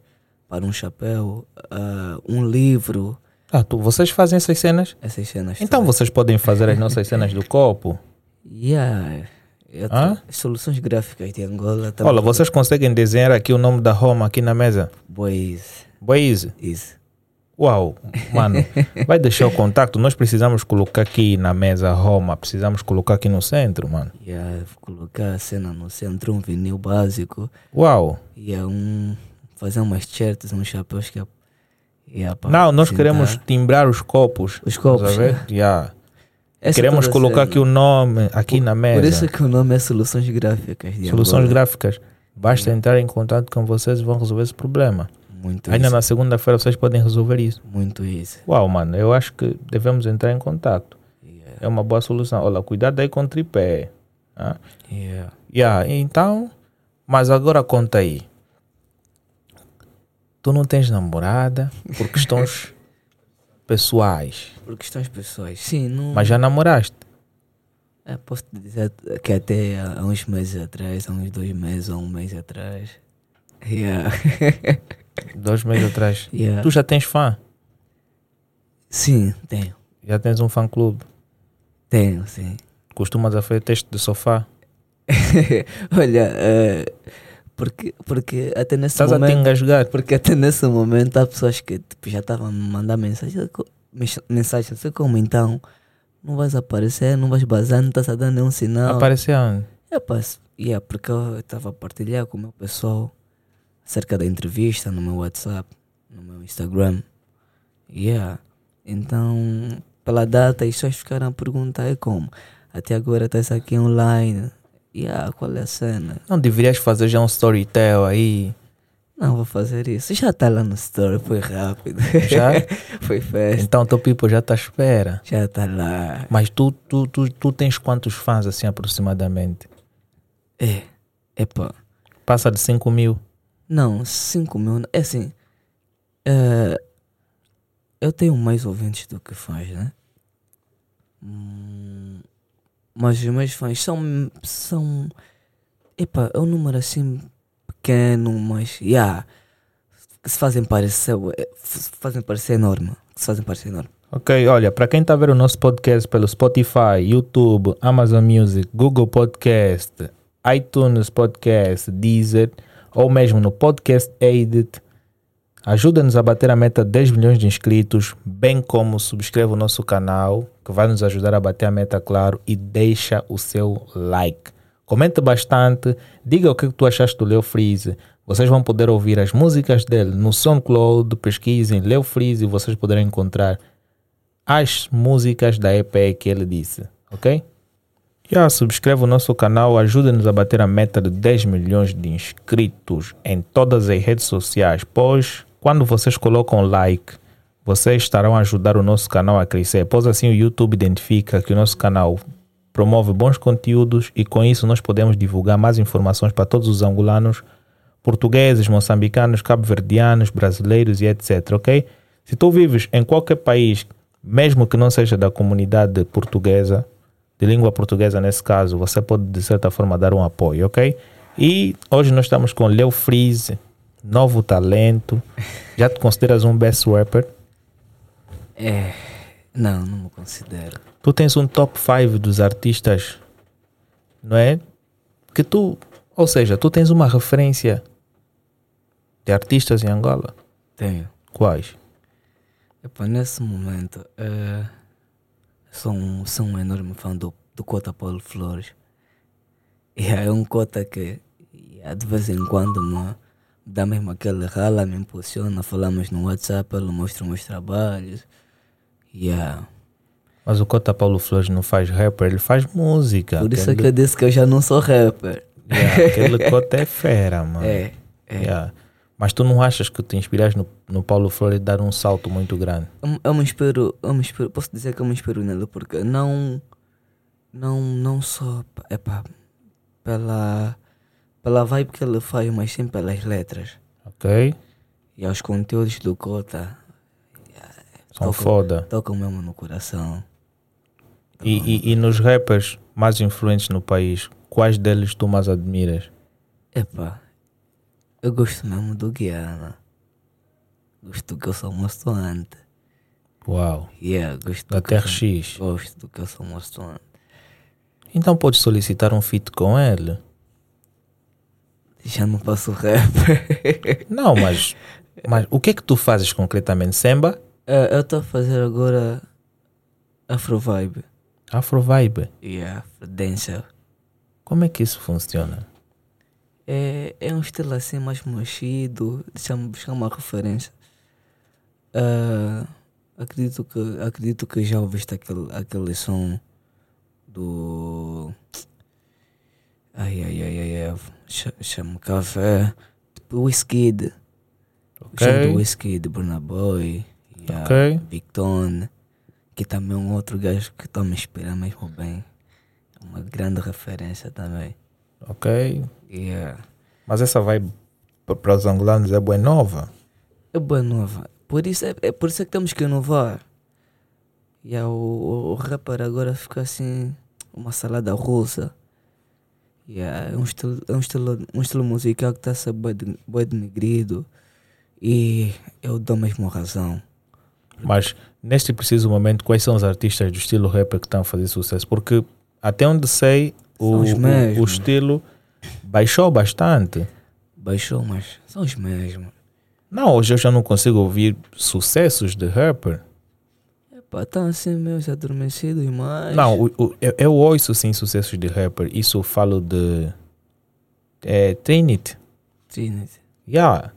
[SPEAKER 2] para um chapéu, ah, um livro,
[SPEAKER 1] Ah, tu, vocês fazem essas cenas?
[SPEAKER 2] essas cenas.
[SPEAKER 1] Então vocês podem fazer as nossas cenas do copo?
[SPEAKER 2] Yeah. Eu tô-
[SPEAKER 1] Hã?
[SPEAKER 2] Soluções gráficas de Angola tá também.
[SPEAKER 1] Olha, vocês conseguem desenhar aqui o nome da Roma aqui na mesa?
[SPEAKER 2] Boys.
[SPEAKER 1] Boa easy.
[SPEAKER 2] Isso.
[SPEAKER 1] Uau, mano, vai deixar o contacto. Nós precisamos colocar aqui na mesa Roma, precisamos colocar aqui no centro, mano.
[SPEAKER 2] Yeah, vou colocar a cena no centro, um vinil básico.
[SPEAKER 1] Uau,
[SPEAKER 2] E yeah, um. Fazer umas shirts, uns chapéus que é. Yeah, pra
[SPEAKER 1] não, nós
[SPEAKER 2] representar.
[SPEAKER 1] queremos timbrar os copos.
[SPEAKER 2] tá. Os copos, é.
[SPEAKER 1] Estás a ver? Yeah.
[SPEAKER 2] Essa é
[SPEAKER 1] Queremos
[SPEAKER 2] toda a
[SPEAKER 1] colocar
[SPEAKER 2] cena.
[SPEAKER 1] aqui o nome aqui na mesa.
[SPEAKER 2] Por isso que o nome é Soluções Gráficas. De
[SPEAKER 1] Soluções
[SPEAKER 2] Angola.
[SPEAKER 1] gráficas. Basta
[SPEAKER 2] Hum.
[SPEAKER 1] entrar em contato com vocês e vão resolver esse problema.
[SPEAKER 2] Muito
[SPEAKER 1] Ainda
[SPEAKER 2] isso.
[SPEAKER 1] na segunda-feira vocês podem resolver isso.
[SPEAKER 2] Muito isso.
[SPEAKER 1] Uau, mano, eu acho que devemos entrar em contato.
[SPEAKER 2] Yeah.
[SPEAKER 1] É uma boa solução. Olha, cuidado aí com o tripé. Ah.
[SPEAKER 2] Yeah.
[SPEAKER 1] Yeah, então, mas agora conta aí. Tu não tens namorada por questões pessoais,
[SPEAKER 2] Por questões pessoais. Sim, não.
[SPEAKER 1] mas já namoraste.
[SPEAKER 2] É, posso te dizer que até há há uns meses atrás, há uns dois meses ou um mês atrás. Yeah.
[SPEAKER 1] Dois meses atrás.
[SPEAKER 2] yeah.
[SPEAKER 1] Tu já tens fã,
[SPEAKER 2] Sim, tenho.
[SPEAKER 1] já tens um fã-clube.
[SPEAKER 2] Tenho, sim.
[SPEAKER 1] Costumas a fazer teste de sofá.
[SPEAKER 2] Olha, eh, porque, porque até nesse
[SPEAKER 1] Estás a te
[SPEAKER 2] momento.
[SPEAKER 1] engasgar.
[SPEAKER 2] Porque até nesse momento há pessoas que tipo, já estavam a me mandar mensagem. co- mens- Mensagem, não sei como então. Não vais aparecer, não vais bazar, não estás a dar nenhum sinal.
[SPEAKER 1] Apareceu onde?
[SPEAKER 2] Eu passo, yeah, porque eu estava a partilhar com o meu pessoal acerca da entrevista no meu WhatsApp, no meu Instagram. Yeah. Então, pela data e as pessoas ficaram a perguntar: é como? Até agora tá isso aqui online. E ah, qual é a cena?
[SPEAKER 3] Não deverias fazer já um storytel aí?
[SPEAKER 2] Não vou fazer isso. Já tá lá no story, foi rápido.
[SPEAKER 3] Já?
[SPEAKER 2] foi festa.
[SPEAKER 3] Então teu people já tá à espera.
[SPEAKER 2] Já tá lá.
[SPEAKER 3] Mas tu, tu, tu, tu tens quantos fãs assim aproximadamente?
[SPEAKER 2] É. Epa.
[SPEAKER 3] Passa de 5 mil.
[SPEAKER 2] Não, 5 mil. É assim. eh, eu tenho mais ouvintes do que fãs, né? Hum, mas os meus fãs são. são epa, é um número assim pequeno, mas. Yeah, que se fazem parecer. eh, f- fazem parecer enorme. Que se fazem parecer enorme.
[SPEAKER 1] Ok, olha, para quem está a ver o nosso podcast pelo Spotify, YouTube, Amazon Music, Google Podcast, iTunes Podcast, Deezer, ou mesmo no Podcast Edit, ajuda-nos a bater a meta de 10 milhões de inscritos, bem como subscreva o nosso canal, que vai nos ajudar a bater a meta, claro, e deixa o seu like. Comente bastante, diga o que tu achaste do Leo Freeze. Vocês vão poder ouvir as músicas dele no SoundCloud, pesquisem Leo Freeze e vocês poderão encontrar as músicas da EP que ele disse, ok? Já subscreve o nosso canal, ajuda-nos a bater a meta de 10 milhões de inscritos em todas as redes sociais, pois quando vocês colocam like, vocês estarão a ajudar o nosso canal a crescer, pois assim o YouTube identifica que o nosso canal promove bons conteúdos e com isso nós podemos divulgar mais informações para todos os angolanos, portugueses, moçambicanos, cabo-verdianos, brasileiros e etc, ok? Se tu vives em qualquer país, mesmo que não seja da comunidade portuguesa, de língua portuguesa nesse caso, você pode de certa forma dar um apoio, ok? E hoje nós estamos com Leo Freeze, novo talento. Já te consideras um best rapper?
[SPEAKER 2] É. Não, não me considero.
[SPEAKER 1] Tu tens um top 5 dos artistas, não é? Que tu, ou seja, tu tens uma referência de artistas em Angola.
[SPEAKER 2] Tenho.
[SPEAKER 1] Quais?
[SPEAKER 2] Epá, nesse momento, eh, sou, um, sou um enorme fã do, do Cota Paulo Flores. E é um Cota que yeah, de vez em quando me dá mesmo aquele rala, me impulsiona. Falamos no WhatsApp, ele mostra meus trabalhos. é, Yeah.
[SPEAKER 1] Mas o Cota Paulo Flores não faz rapper, ele faz música.
[SPEAKER 2] Por isso é que
[SPEAKER 1] aquele,
[SPEAKER 2] eu disse que eu já não sou rapper.
[SPEAKER 1] Yeah, aquele Cota é fera, mano.
[SPEAKER 2] É, é.
[SPEAKER 1] Yeah. Mas tu não achas que te inspiras no, no Paulo Flores dar um salto muito grande?
[SPEAKER 2] Eu, eu me inspiro, eu me inspiro, posso dizer que eu me inspiro nele porque não, não, não só é pela, pela vibe que ele faz, mas sim pelas letras
[SPEAKER 1] Ok?
[SPEAKER 2] e aos conteúdos do Cota.
[SPEAKER 1] São
[SPEAKER 2] Tocam-
[SPEAKER 1] foda.
[SPEAKER 2] Tocam mesmo no coração.
[SPEAKER 1] E, e, e nos rappers mais influentes no país, quais deles tu mais admiras?
[SPEAKER 2] Epá, eu gosto mesmo do Guiana. Gosto do que eu sou mostrou antes.
[SPEAKER 1] Uau,
[SPEAKER 2] Yeah, gosto do
[SPEAKER 1] da
[SPEAKER 2] que eu sou-
[SPEAKER 1] TRX.
[SPEAKER 2] Gosto do que eu sou um mostrou antes.
[SPEAKER 1] Então podes solicitar um feat com ele?
[SPEAKER 2] Já não faço rapper.
[SPEAKER 1] Não, mas, mas o que é que tu fazes concretamente? Samba?
[SPEAKER 2] É, eu estou a fazer agora Afro Vibe
[SPEAKER 1] Afro Vibe?
[SPEAKER 2] e Afro Dance.
[SPEAKER 1] Como é que isso funciona?
[SPEAKER 2] É, é um estilo assim mais mexido, deixa-me buscar uma referência. Ah, acredito, que, acredito que já ouviste aquele, aquele som do. Ai ai ai ai, ai. cha- chama café. Tipo Wizkid. O
[SPEAKER 1] Ok.
[SPEAKER 2] som do Wizkid, Burna Boy, yeah,
[SPEAKER 1] Ok.
[SPEAKER 2] Big Tone, que também é um outro gajo que está me inspirando mesmo bem. É uma grande referência também.
[SPEAKER 1] Ok?
[SPEAKER 2] Yeah.
[SPEAKER 1] Mas essa vibe p- para os angolanos é boa e nova?
[SPEAKER 2] É boa nova. Por isso é, é por isso é que temos que inovar. E yeah, o, o, o rapper agora fica assim, uma salada russa. Yeah, é um estilo, é um estilo, um estilo musical que está a ser bué de- bué denegrido. E eu dou mesmo razão.
[SPEAKER 1] Mas neste preciso momento, quais são os artistas do estilo rapper que estão a fazer sucesso? Porque até onde sei, o,
[SPEAKER 2] São os
[SPEAKER 1] o-
[SPEAKER 2] mesmos.
[SPEAKER 1] o estilo baixou bastante.
[SPEAKER 2] Baixou, mas são os mesmos.
[SPEAKER 1] Não, hoje eu já não consigo ouvir sucessos de rapper.
[SPEAKER 2] Epá, estão assim meio adormecidos, mas.
[SPEAKER 1] Não, o- o- eu, eu ouço sim sucessos de rapper. Isso eu falo de. É, Trinity.
[SPEAKER 2] Trinity.
[SPEAKER 1] Yeah.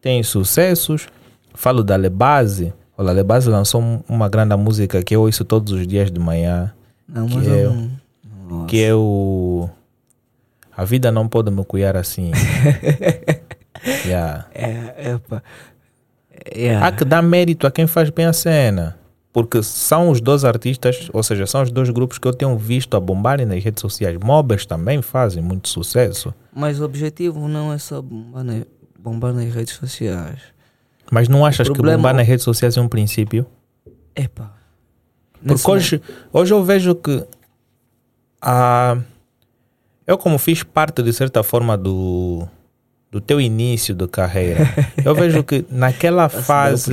[SPEAKER 1] Tem sucessos. Falo da Lebase. O Lalebase lançou um- uma grande música que eu ouço todos os dias de manhã,
[SPEAKER 2] Não, mas
[SPEAKER 1] Que
[SPEAKER 2] eu
[SPEAKER 1] eu-
[SPEAKER 2] não- Nossa.
[SPEAKER 1] que é o... A vida não pode me cuidar assim. yeah.
[SPEAKER 2] É, é, pá.
[SPEAKER 1] Há
[SPEAKER 2] Yeah.
[SPEAKER 1] que dar mérito a quem faz bem a cena. Porque são os dois artistas, ou seja, são os dois grupos que eu tenho visto a bombarem nas redes sociais. Mobs também fazem muito sucesso.
[SPEAKER 2] Mas o objetivo não é só bombar, na- bombar nas redes sociais.
[SPEAKER 1] Mas não achas que
[SPEAKER 2] problema-
[SPEAKER 1] bombar nas redes sociais é um princípio?
[SPEAKER 2] É, pá. Nesse
[SPEAKER 1] Porque hoje, hoje eu vejo que a, eu como fiz parte de certa forma do, do teu início de carreira, eu vejo que naquela
[SPEAKER 2] momento,
[SPEAKER 1] fase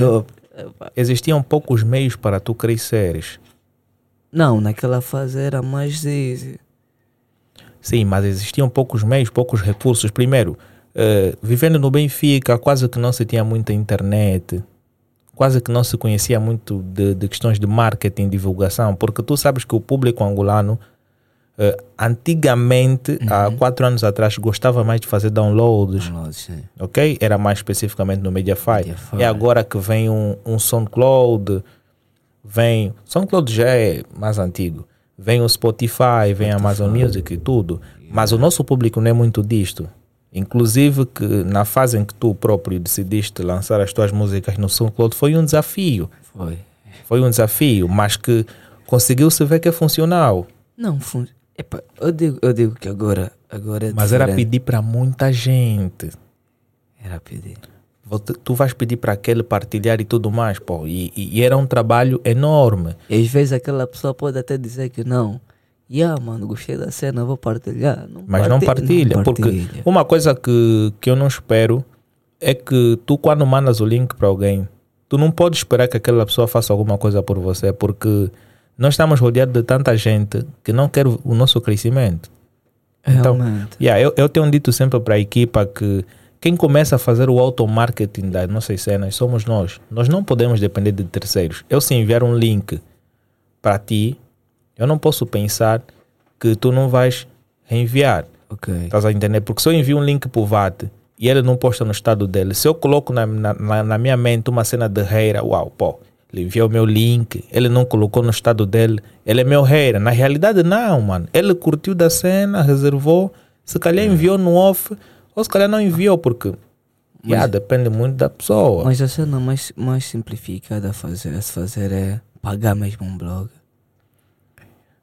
[SPEAKER 2] É, pá.
[SPEAKER 1] existiam poucos meios para tu cresceres.
[SPEAKER 2] Não, naquela fase era mais easy.
[SPEAKER 1] Sim, mas existiam poucos meios, poucos recursos. Primeiro, eh, vivendo no Benfica, quase que não se tinha muita internet, quase que não se conhecia muito de, de questões de marketing, divulgação, porque tu sabes que o público angolano, eh, antigamente, há quatro anos atrás, gostava mais de fazer downloads, ok? Era mais especificamente no Mediafire.
[SPEAKER 2] Mediafire.
[SPEAKER 1] É agora que vem um, um SoundCloud, vem... SoundCloud já é mais antigo. Vem o Spotify, vem a Amazon Music e tudo. Mas o nosso público não é muito disto. Inclusive que na fase em que tu próprio decidiste lançar as tuas músicas no SoundCloud foi um desafio.
[SPEAKER 2] Foi.
[SPEAKER 1] Foi um desafio, mas que conseguiu-se ver que é funcional.
[SPEAKER 2] Não, foi. Epa, eu digo, eu digo que agora, agora é
[SPEAKER 1] Mas era
[SPEAKER 2] diferente.
[SPEAKER 1] pedir para muita gente.
[SPEAKER 2] Era pedir.
[SPEAKER 1] Vou te- tu vais pedir para aquele partilhar e tudo mais, pô. E, e- e era um trabalho enorme.
[SPEAKER 2] E às vezes aquela pessoa pode até dizer que não. Yeah, mano, gostei da cena, vou partilhar. Não
[SPEAKER 1] Mas não partilha, porque
[SPEAKER 2] partilha.
[SPEAKER 1] uma coisa que, que eu não espero é que tu, quando mandas o link para alguém, tu não podes esperar que aquela pessoa faça alguma coisa por você, porque nós estamos rodeados de tanta gente que não quer o o nosso crescimento. então-
[SPEAKER 2] Realmente.
[SPEAKER 1] Yeah, eu, eu tenho dito sempre para a equipa que quem começa a fazer o automarketing das nossas cenas somos nós. Nós não podemos depender de terceiros. Eu, se enviar um link para ti, eu não posso pensar que tu não vais reenviar.
[SPEAKER 2] Ok.
[SPEAKER 1] Estás a entender? Porque se eu envio um link para o VAT e ele não posta no estado dele, se eu coloco na, na, na- na minha mente uma cena de reira, uau, pô, ele enviou o meu link, ele não colocou no estado dele, ele é meu reira. Na realidade, não, mano. Ele curtiu da cena, reservou, se calhar enviou no off, ou se calhar não enviou, porque yeah, depende muito da pessoa.
[SPEAKER 2] Mas a cena mais, mais simplificada a fazer, a se fazer é pagar mesmo um blog.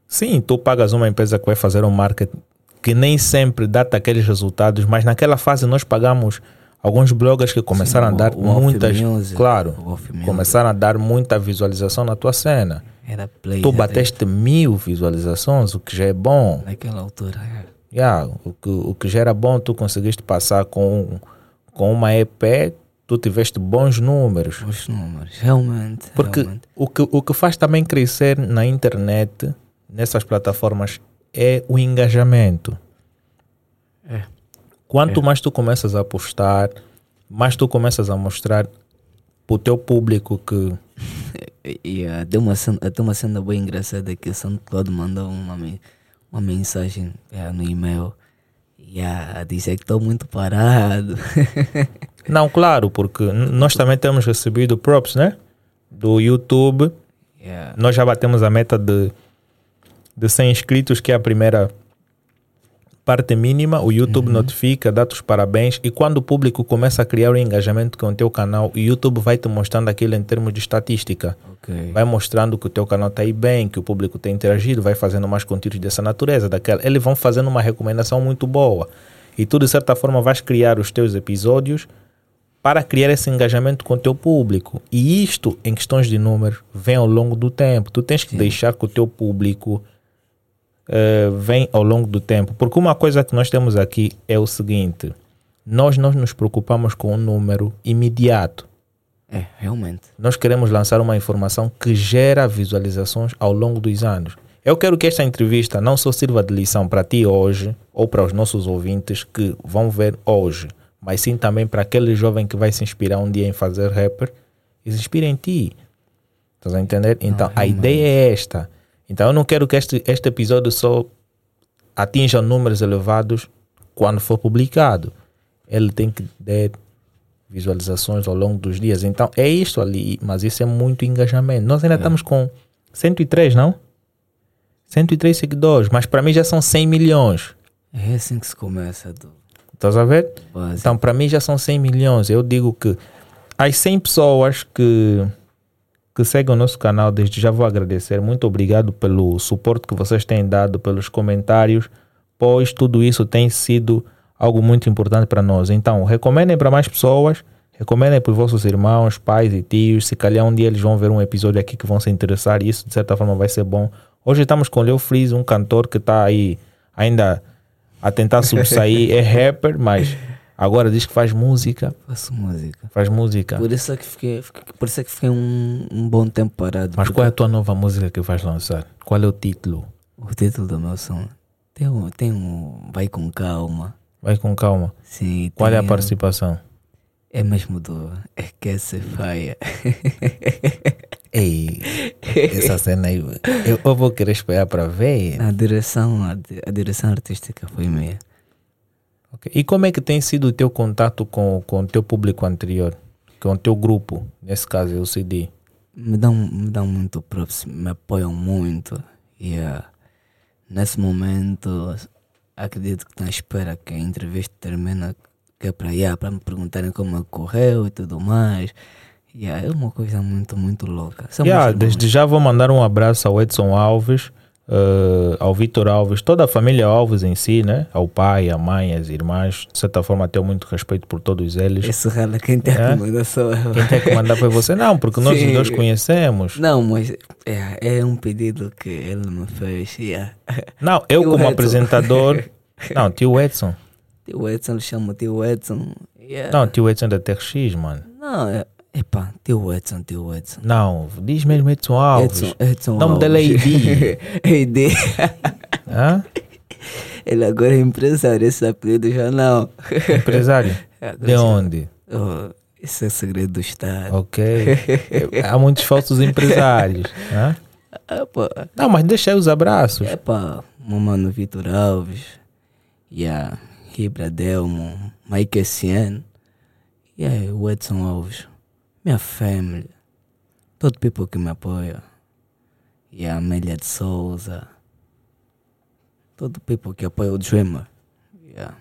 [SPEAKER 1] Sim, tu pagas uma empresa que vai fazer um marketing que nem sempre dá-te aqueles resultados, mas naquela fase nós pagamos alguns bloggers que começaram
[SPEAKER 2] Sim,
[SPEAKER 1] a dar
[SPEAKER 2] o- o Alfie
[SPEAKER 1] muitas,
[SPEAKER 2] Music,
[SPEAKER 1] claro,
[SPEAKER 2] o Alfie Music.
[SPEAKER 1] começaram a dar muita visualização na tua cena.
[SPEAKER 2] Era play.
[SPEAKER 1] Tu
[SPEAKER 2] né?
[SPEAKER 1] bateste mil visualizações, o que já é bom.
[SPEAKER 2] Naquela altura. é.
[SPEAKER 1] Yeah, o, que, o que já era bom, tu conseguiste passar com, com uma EP, tu tiveste bons números.
[SPEAKER 2] Os números. Realmente.
[SPEAKER 1] Porque
[SPEAKER 2] realmente.
[SPEAKER 1] o que, o que faz também crescer na internet, nessas plataformas, é o engajamento.
[SPEAKER 2] É.
[SPEAKER 1] Quanto mais tu começas a postar, mais tu começas a mostrar para o teu público que.
[SPEAKER 2] E- E ah, deu uma cena, tem uma cena bem engraçada que o SoundCloud mandou uma, men- uma mensagem ah, no e-mail. E a dizer que estou muito parado.
[SPEAKER 1] Não, claro, porque n- nós também temos recebido props, né? Do YouTube.
[SPEAKER 2] yeah.
[SPEAKER 1] Nós já batemos a meta de, de 100 inscritos, que é a primeira parte mínima. O YouTube notifica, dá-te os parabéns. E quando o público começa a criar o engajamento com o teu canal, o YouTube vai te mostrando aquilo em termos de estatística.
[SPEAKER 2] Ok.
[SPEAKER 1] Vai mostrando que o teu canal está aí bem, que o público tem interagido, vai fazendo mais conteúdos dessa natureza, daquela. Eles vão fazendo uma recomendação muito boa. E tu, de certa forma, vais criar os teus episódios para criar esse engajamento com o teu público. E isto, em questões de números, vem ao longo do tempo. Tu tens que deixar que o teu público eh, vem ao longo do tempo. Porque uma coisa que nós temos aqui é o seguinte: nós não nos preocupamos com o número imediato.
[SPEAKER 2] É, realmente.
[SPEAKER 1] Nós queremos lançar uma informação que gera visualizações ao longo dos anos. Eu quero que esta entrevista não só sirva de lição para ti hoje ou para os nossos ouvintes que vão ver hoje, mas sim também para aquele jovem que vai se inspirar um dia em fazer rapper e se inspira em ti. Estás a entender? Então, a ideia é esta. Então, eu não quero que este, este episódio só atinja números elevados quando for publicado. Ele tem que ter visualizações ao longo dos dias. Então é isso ali, mas isso é muito engajamento. Nós ainda estamos com 103, não? 103 seguidores, mas para mim já são 100 milhões.
[SPEAKER 2] É assim que se começa, do
[SPEAKER 1] Estás a ver?
[SPEAKER 2] básico.
[SPEAKER 1] Então, para mim já são 100 milhões. Eu digo que as 100 pessoas que, que seguem o nosso canal, desde já vou agradecer. Muito obrigado pelo suporte que vocês têm dado, pelos comentários, pois tudo isso tem sido algo muito importante para nós. Então, recomendem para mais pessoas, recomendem para os vossos irmãos, pais e tios. Se calhar um dia eles vão ver um episódio aqui que vão se interessar e isso de certa forma vai ser bom. Hoje estamos com o Leo Freeze, um cantor que está aí ainda a tentar sobressair, é rapper, mas agora diz que faz música,
[SPEAKER 2] Faço música.
[SPEAKER 1] faz música.
[SPEAKER 2] Por isso é que fiquei, fiquei- por isso é que fiquei um, um bom tempo parado.
[SPEAKER 1] Mas
[SPEAKER 2] porque
[SPEAKER 1] qual é a tua nova música que vais lançar? Qual é o título?
[SPEAKER 2] O título do meu som tem um, tem um vai com calma.
[SPEAKER 1] Vai com calma.
[SPEAKER 2] Sim,
[SPEAKER 1] Qual é a
[SPEAKER 2] tem um-
[SPEAKER 1] participação?
[SPEAKER 2] É mesmo do Esquece Faia.
[SPEAKER 1] Ei, essa cena aí, eu, eu vou querer esperar para ver.
[SPEAKER 2] A direção, a, di- a direção artística foi minha.
[SPEAKER 1] Ok. E como é que tem sido o teu contato com, com o teu público anterior? Com o teu grupo, nesse caso, o CD?
[SPEAKER 2] Me dão, me dão muito props, me apoiam muito. E ah, nesse momento, acredito que estão à espera que a entrevista termine, que é para para me perguntarem como é que correu e tudo mais. E ah, é uma coisa muito, muito louca. São meus
[SPEAKER 1] Yeah,
[SPEAKER 2] irmãos.
[SPEAKER 1] desde já vou mandar um abraço ao Edson Alves, eh, ao Vitor Alves, toda a família Alves em si, né? Ao pai, à mãe, às irmãs. De certa forma, tenho muito respeito por todos eles.
[SPEAKER 2] Esse rala quem tem
[SPEAKER 1] É?
[SPEAKER 2] a recomendação é
[SPEAKER 1] Quem tem que mandar foi você, não, porque nós os
[SPEAKER 2] Sim.
[SPEAKER 1] dois conhecemos.
[SPEAKER 2] Não, mas é, é um pedido que ele me fez. Yeah.
[SPEAKER 1] Não, eu
[SPEAKER 2] E o
[SPEAKER 1] como
[SPEAKER 2] Edson?
[SPEAKER 1] apresentador. Não, tio Edson.
[SPEAKER 2] Tio Edson, ele chama tio Edson. Yeah.
[SPEAKER 1] Não, tio Edson é da TRX, mano.
[SPEAKER 2] Não, é, epá, tio Edson, tio Edson.
[SPEAKER 1] Não, diz mesmo Edson Alves.
[SPEAKER 2] Edson, Edson.
[SPEAKER 1] Nome dele é ID.
[SPEAKER 2] ID.
[SPEAKER 1] Hã?
[SPEAKER 2] Ele agora é empresário, esse apelido já não.
[SPEAKER 1] Empresário.
[SPEAKER 2] É,
[SPEAKER 1] De onde?
[SPEAKER 2] Oh, isso é segredo do Estado.
[SPEAKER 1] Ok. Há muitos falsos empresários. Hã?
[SPEAKER 2] Epá,
[SPEAKER 1] Não, mas deixa aí os abraços.
[SPEAKER 2] epá, meu mano Vitor Alves. Yeah. Ribra Delmo, Mike Essien. E aí, o Edson Alves. Minha família. Todo people que me apoia. E a Amélia de Souza. Todo people que apoia o Dreamer. Yeah.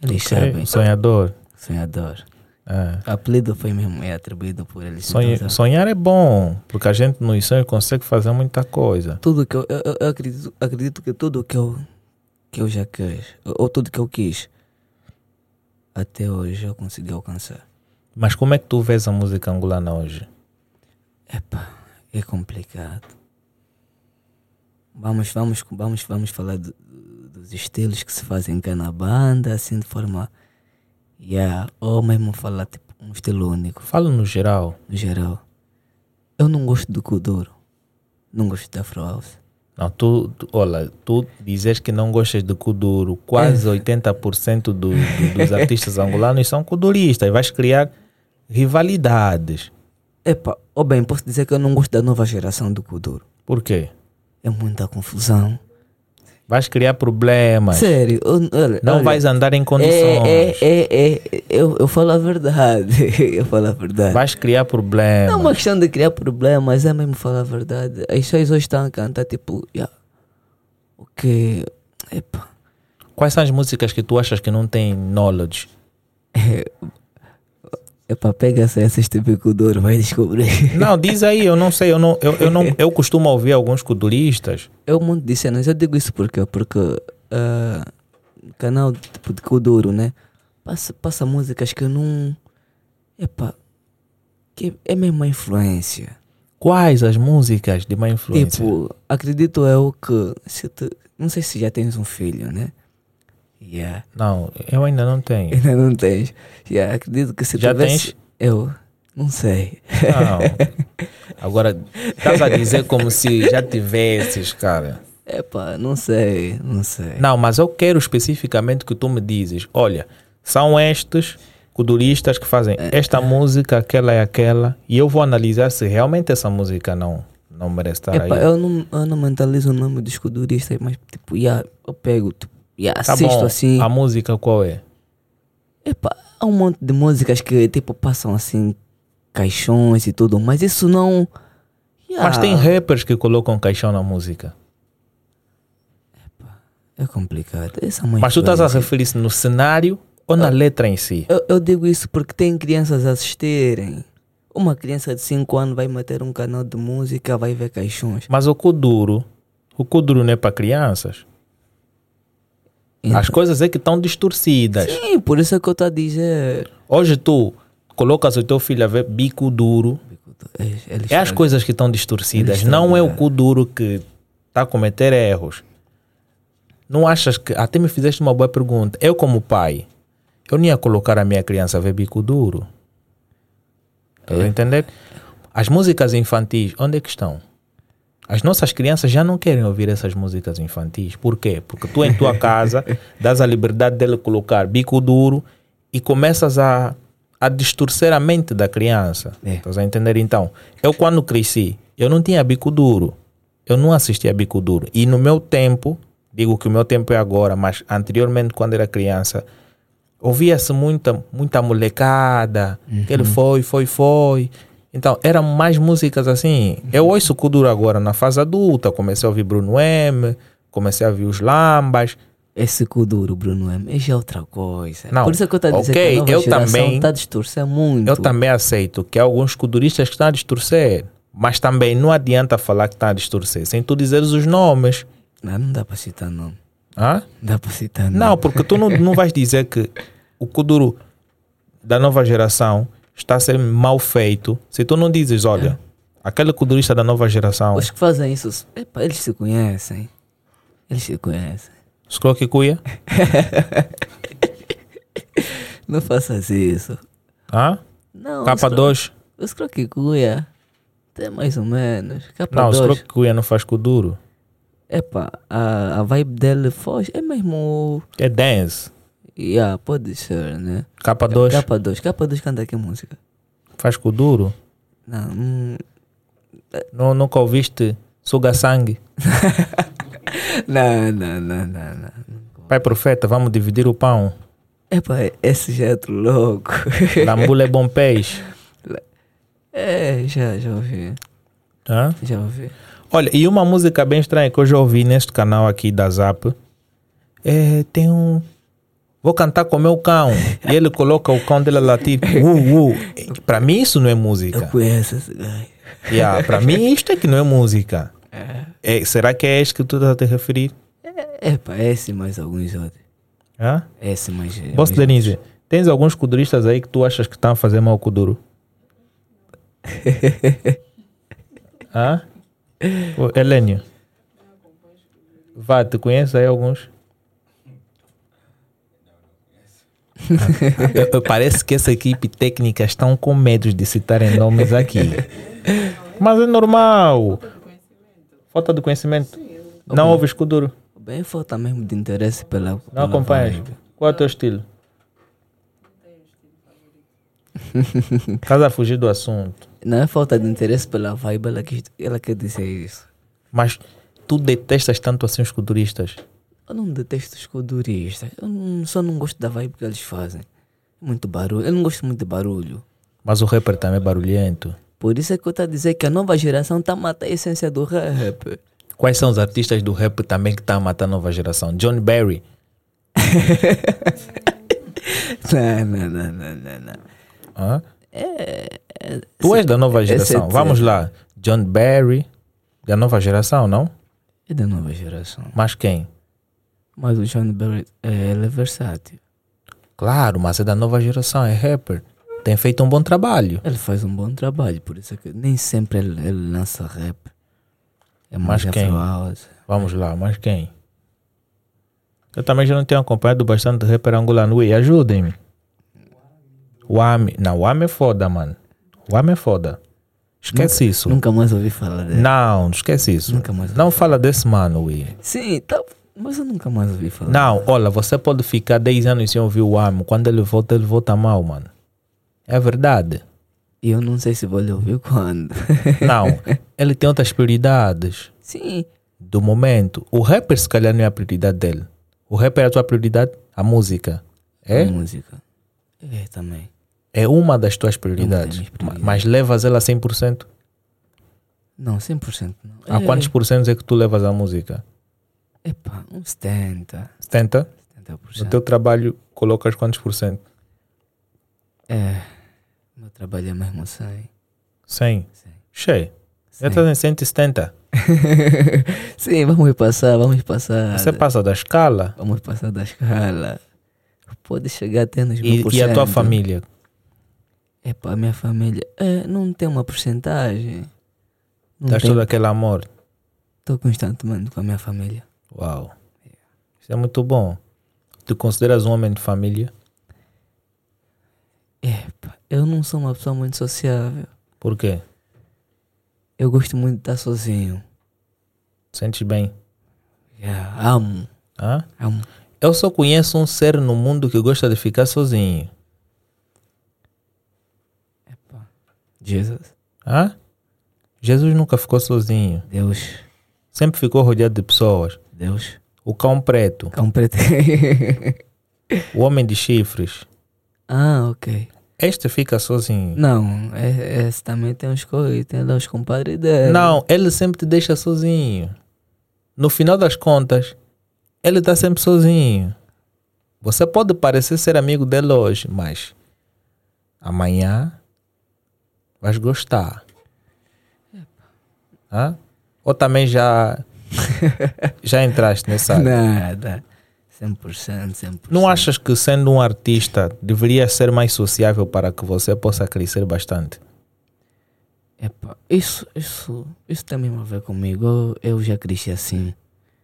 [SPEAKER 2] Eles sabem.
[SPEAKER 1] Ok, Sonhador.
[SPEAKER 2] Sonhador.
[SPEAKER 1] É.
[SPEAKER 2] O apelido foi mesmo, é atribuído por eles.
[SPEAKER 1] Sonhe-
[SPEAKER 2] Então,
[SPEAKER 1] sonhar é bom, porque a gente nos sonhos consegue fazer muita coisa.
[SPEAKER 2] tudo que eu, eu, eu- eu acredito, acredito que tudo que eu, que eu já quis, ou ou tudo que eu quis, até hoje eu consegui alcançar.
[SPEAKER 1] Mas como é que tu vês a música angolana hoje?
[SPEAKER 2] Epá, é complicado. Vamos, vamos, vamos, vamos falar do- dos estilos que se fazem cá na banda, assim de forma. Yeah, ou mesmo falar tipo um estilo único,
[SPEAKER 1] Fala no geral.
[SPEAKER 2] no geral. Eu não gosto do Kuduro, não gosto da Afro House.
[SPEAKER 1] Não, tu, tu- olha, tu dizes que não gostas de Kuduro,
[SPEAKER 2] É.
[SPEAKER 1] quase 80% do- do- dos artistas angolanos são kuduristas, e vais criar rivalidades.
[SPEAKER 2] Epá, ou bem, posso dizer que eu não gosto da nova geração do Kuduro.
[SPEAKER 1] Por quê?
[SPEAKER 2] É muita confusão.
[SPEAKER 1] Vais criar problemas,
[SPEAKER 2] Sério, eu- olha,
[SPEAKER 1] não
[SPEAKER 2] olha,
[SPEAKER 1] vais andar em
[SPEAKER 2] é,
[SPEAKER 1] condições,
[SPEAKER 2] é, é, é, eu, eu falo a verdade. eu falo a verdade.
[SPEAKER 1] vais criar
[SPEAKER 2] Não é
[SPEAKER 1] problemas.
[SPEAKER 2] uma questão de criar problemas, é mesmo falar a verdade. As pessoas hoje estão a cantar tipo, yeah, o que. Epá.
[SPEAKER 1] Quais são as músicas que tu achas que não tem knowledge?
[SPEAKER 2] Epá, pega essa, esse tipo de Kuduro, vai descobrir.
[SPEAKER 1] Não, diz aí, eu não sei, eu não, eu, eu não, eu costumo ouvir alguns kuduristas.
[SPEAKER 2] É um monte de cenas. Eu digo isso porque porque ah, canal tipo de Kuduro, né? Passa, passa músicas que eu não. Epá. Que é mesmo a influência.
[SPEAKER 1] Quais as músicas de má influência?
[SPEAKER 2] Tipo, acredito eu que. Se tu, não sei se já tens um filho, né? Yeah.
[SPEAKER 1] Não, eu ainda não tenho.
[SPEAKER 2] Ainda não tens. Yeah, acredito que se
[SPEAKER 1] Já
[SPEAKER 2] tivesse. Eu. Não sei.
[SPEAKER 1] Não. Agora, estás a dizer como se já tivesses, cara.
[SPEAKER 2] Epá, não sei. Não sei.
[SPEAKER 1] Não, mas eu quero especificamente que tu me dizes. Olha, são estes kuduristas que fazem esta música, aquela e aquela, e eu vou analisar se realmente essa música não, não merece estar
[SPEAKER 2] Epá,
[SPEAKER 1] aí. é-
[SPEAKER 2] eu não, eu não mentalizo o nome dos kuduristas, mas tipo, yeah, eu pego, tipo, yeah,
[SPEAKER 1] Tá
[SPEAKER 2] assisto
[SPEAKER 1] bom,
[SPEAKER 2] assim.
[SPEAKER 1] a música qual é?
[SPEAKER 2] Epa, há um monte de músicas que tipo passam assim caixões e tudo, mas isso não. Yeah,
[SPEAKER 1] Mas tem rappers que colocam caixão na música.
[SPEAKER 2] É complicado. Essa é uma
[SPEAKER 1] Mas tu estás a
[SPEAKER 2] influência.
[SPEAKER 1] referir-se no cenário ou
[SPEAKER 2] Ah.
[SPEAKER 1] na letra em si?
[SPEAKER 2] Eu, eu digo isso porque tem crianças a assistirem. Uma criança de 5 anos vai meter um canal de música, vai ver caixões.
[SPEAKER 1] Mas o Kuduro, o Kuduro não é para crianças. As coisas é que estão distorcidas.
[SPEAKER 2] Então- Sim, por isso é que eu estou a dizer.
[SPEAKER 1] Hoje tu colocas o teu filho a ver bico duro.
[SPEAKER 2] Eles- eles
[SPEAKER 1] É as
[SPEAKER 2] fazem-
[SPEAKER 1] coisas que estão distorcidas.
[SPEAKER 2] Eles
[SPEAKER 1] Não é o
[SPEAKER 2] estragam.
[SPEAKER 1] cu duro que está a cometer erros. Não achas que. Até me fizeste uma boa pergunta. Eu, como pai, eu não ia colocar a minha criança a ver bico duro. Estás
[SPEAKER 2] É.
[SPEAKER 1] a entender? As músicas infantis, onde é que estão? As nossas crianças já não querem ouvir essas músicas infantis. Por quê? Porque tu, em tua casa, dás a liberdade dele colocar bico duro e começas a, a distorcer a mente da criança.
[SPEAKER 2] É.
[SPEAKER 1] Estás a entender? Então, eu, quando cresci, eu não tinha bico duro. Eu não assistia bico duro. E no meu tempo, digo que o meu tempo é agora, mas anteriormente, quando era criança, ouvia-se muita, muita molecada, que ele foi, foi, foi. Então, eram mais músicas assim. Eu ouço Kuduro agora na fase adulta, comecei a ouvir Bruno M, comecei a ouvir os Lambas.
[SPEAKER 2] Esse cu duro, Bruno M. Isso é outra coisa.
[SPEAKER 1] Não,
[SPEAKER 2] Por isso é que eu estou a dizer
[SPEAKER 1] ok,
[SPEAKER 2] que a nova
[SPEAKER 1] eu
[SPEAKER 2] geração
[SPEAKER 1] também-
[SPEAKER 2] está a distorcer muito.
[SPEAKER 1] Eu também aceito que há alguns kuduristas que estão a distorcer, mas também não adianta falar que estão a distorcer sem tu dizeres os nomes.
[SPEAKER 2] Não, não dá para citar nome.
[SPEAKER 1] Hã?
[SPEAKER 2] Não dá para citar nome.
[SPEAKER 1] Não, porque tu não, não vais dizer que o Kuduro da nova geração está a ser mal feito se tu não dizes, olha, aquele Kudurista da nova geração,
[SPEAKER 2] Os que fazem isso, epa, eles se conhecem. Eles se conhecem.
[SPEAKER 1] Scroll Kikuya,
[SPEAKER 2] Não faças isso.
[SPEAKER 1] hã?
[SPEAKER 2] Não,
[SPEAKER 1] K2.
[SPEAKER 2] Os croquicuia. Até mais ou menos.
[SPEAKER 1] Não, o Scroll
[SPEAKER 2] K2.
[SPEAKER 1] Kikuya não faz Kuduro.
[SPEAKER 2] Epa, a, a vibe dele foge. É mesmo.
[SPEAKER 1] É dance.
[SPEAKER 2] Yeah, pode ser, né?
[SPEAKER 1] K2
[SPEAKER 2] K2. K2 canta que música?
[SPEAKER 1] faz Kuduro.
[SPEAKER 2] Não. hum,
[SPEAKER 1] Não, nunca ouviste Suga Sangue?
[SPEAKER 2] Não, não, não, não, não.
[SPEAKER 1] Pai Profeta, vamos dividir o pão.
[SPEAKER 2] Epa, esse já é outro louco.
[SPEAKER 1] Lambula é bom peixe.
[SPEAKER 2] é, já, já ouvi.
[SPEAKER 1] Hã?
[SPEAKER 2] Já ouvi.
[SPEAKER 1] Olha, e uma música bem estranha que eu já ouvi neste canal aqui da Zap. É, tem um. Vou cantar com o meu cão. E ele coloca o cão dele a latir. Uh, uh. Para mim, isso não é
[SPEAKER 2] Eu
[SPEAKER 1] música.
[SPEAKER 2] conheço esse gajo.
[SPEAKER 1] Yeah, Para mim, isto é que não é música. É, será que é este que tu estás a te referir?
[SPEAKER 2] Epa, esse mais alguns outros.
[SPEAKER 1] Hã?
[SPEAKER 2] Esse mais.
[SPEAKER 1] Boss
[SPEAKER 2] mais-
[SPEAKER 1] Denise, tens alguns kuduristas aí que tu achas que estão a fazer mal ao kuduro? Hã? Ô, Helênio. Vá, tu conheces aí alguns? Ah, eu- eu- parece que essa equipe técnica estão com medo de citarem nomes aqui. Mas é normal. Falta de conhecimento. Não ouves Kuduro?
[SPEAKER 2] Bem falta mesmo de interesse pela.
[SPEAKER 1] Não
[SPEAKER 2] pela
[SPEAKER 1] acompanhas?
[SPEAKER 2] vibe.
[SPEAKER 1] Qual é o teu estilo? Estás a fugir do assunto.
[SPEAKER 2] Não é falta de interesse pela vibe, ela quis, ela quer dizer isso.
[SPEAKER 1] Mas tu detestas tanto assim os culturistas.
[SPEAKER 2] Eu não detesto os coduristas. Eu não- só não gosto da vibe que eles fazem. Muito barulho. Eu não gosto muito de barulho.
[SPEAKER 1] Mas o rapper também é barulhento.
[SPEAKER 2] Por isso é que eu tô a dizer que a nova geração tá a matar a essência do rap.
[SPEAKER 1] Quais são os artistas do rap também que estão a matar a nova geração? John Barry.
[SPEAKER 2] Não, não, não, não, não, não.
[SPEAKER 1] Hã? tu és da nova geração.
[SPEAKER 2] esse-
[SPEAKER 1] Vamos lá. John Barry. Da nova geração, não?
[SPEAKER 2] É da nova geração.
[SPEAKER 1] Mas quem?
[SPEAKER 2] Mas o John Barrett, é, ele é versátil.
[SPEAKER 1] Claro, mas é da nova geração. É rapper. Tem feito um bom trabalho.
[SPEAKER 2] Ele faz um bom trabalho, por isso é que nem sempre ele, ele lança rap. É mais
[SPEAKER 1] Mas quem?
[SPEAKER 2] afro house.
[SPEAKER 1] Vamos lá, mas quem? Eu também já não tenho acompanhado bastante rapper angolano. Ui, ajudem-me. O Ami. Não, o Ami é foda, mano. O Ami é foda. Esquece isso.
[SPEAKER 2] Nunca mais ouvi falar dele.
[SPEAKER 1] Não, esquece isso.
[SPEAKER 2] Nunca mais
[SPEAKER 1] Não fala desse mano, Ui.
[SPEAKER 2] Sim, tá, mas eu nunca mais ouvi falar.
[SPEAKER 1] Não, olha, você pode ficar 10 anos sem ouvir o Ami. Quando ele volta, ele volta mal, mano. É verdade.
[SPEAKER 2] E eu não sei se vou lhe ouvir quando.
[SPEAKER 1] Não, ele tem outras prioridades
[SPEAKER 2] Sim,
[SPEAKER 1] do momento. O rapper, se calhar, não é a prioridade dele. O rapper é a tua prioridade? A música. É?
[SPEAKER 2] música. É, também.
[SPEAKER 1] É uma das tuas
[SPEAKER 2] das minhas
[SPEAKER 1] prioridades. Ma-
[SPEAKER 2] prioridades.
[SPEAKER 1] Mas levas ela 100%?
[SPEAKER 2] Não, 100% não.
[SPEAKER 1] A
[SPEAKER 2] É,
[SPEAKER 1] quantos por cento é que tu levas a música?
[SPEAKER 2] Epá, uns 70,
[SPEAKER 1] 70? No
[SPEAKER 2] 70%.
[SPEAKER 1] teu trabalho, colocas quantos por cento?
[SPEAKER 2] É, meu trabalho é mesmo 100.
[SPEAKER 1] 100?
[SPEAKER 2] Sim.
[SPEAKER 1] Cheio. Já
[SPEAKER 2] Sim,
[SPEAKER 1] estás em 170.
[SPEAKER 2] Sim, vamos passar, vamos passar.
[SPEAKER 1] Você passa da escala.
[SPEAKER 2] Vamos passar da escala. Pode chegar até nos
[SPEAKER 1] E,
[SPEAKER 2] 1%.
[SPEAKER 1] e a tua família?
[SPEAKER 2] Epá, a minha família é, não tem uma porcentagem. Não
[SPEAKER 1] Dás
[SPEAKER 2] tem.
[SPEAKER 1] todo aquele amor?
[SPEAKER 2] Tô constantemente com a minha família.
[SPEAKER 1] Uau. Isso é muito bom. Tu consideras um homem de família?
[SPEAKER 2] Epá, eu não sou uma pessoa muito sociável.
[SPEAKER 1] Por quê?
[SPEAKER 2] Eu gosto muito de estar sozinho.
[SPEAKER 1] Te Sentes bem?
[SPEAKER 2] Yeah, amo,
[SPEAKER 1] Hã?
[SPEAKER 2] amo.
[SPEAKER 1] Eu só conheço um ser no mundo que gosta de ficar sozinho.
[SPEAKER 2] Epá. Jesus,
[SPEAKER 1] Hã? Jesus nunca ficou sozinho.
[SPEAKER 2] Deus,
[SPEAKER 1] Sempre ficou rodeado de pessoas.
[SPEAKER 2] Deus.
[SPEAKER 1] O cão preto,
[SPEAKER 2] Cão preto.
[SPEAKER 1] o homem de chifres.
[SPEAKER 2] ah, ok.
[SPEAKER 1] Este fica sozinho.
[SPEAKER 2] Não, é- esse também tem uns coisas, tem lá os compadres dele.
[SPEAKER 1] Não, ele sempre te deixa sozinho. No final das contas, ele está sempre sozinho. Você pode parecer ser amigo dele hoje, mas amanhã vais gostar. Hã? Ou também já já entraste nessa área?
[SPEAKER 2] Nada. 100%, 100%.
[SPEAKER 1] Não achas que sendo um artista deveria ser mais sociável para que você possa crescer bastante?
[SPEAKER 2] Epá, isso, isso, isso tem mesmo a ver comigo. Eu, eu já cresci assim.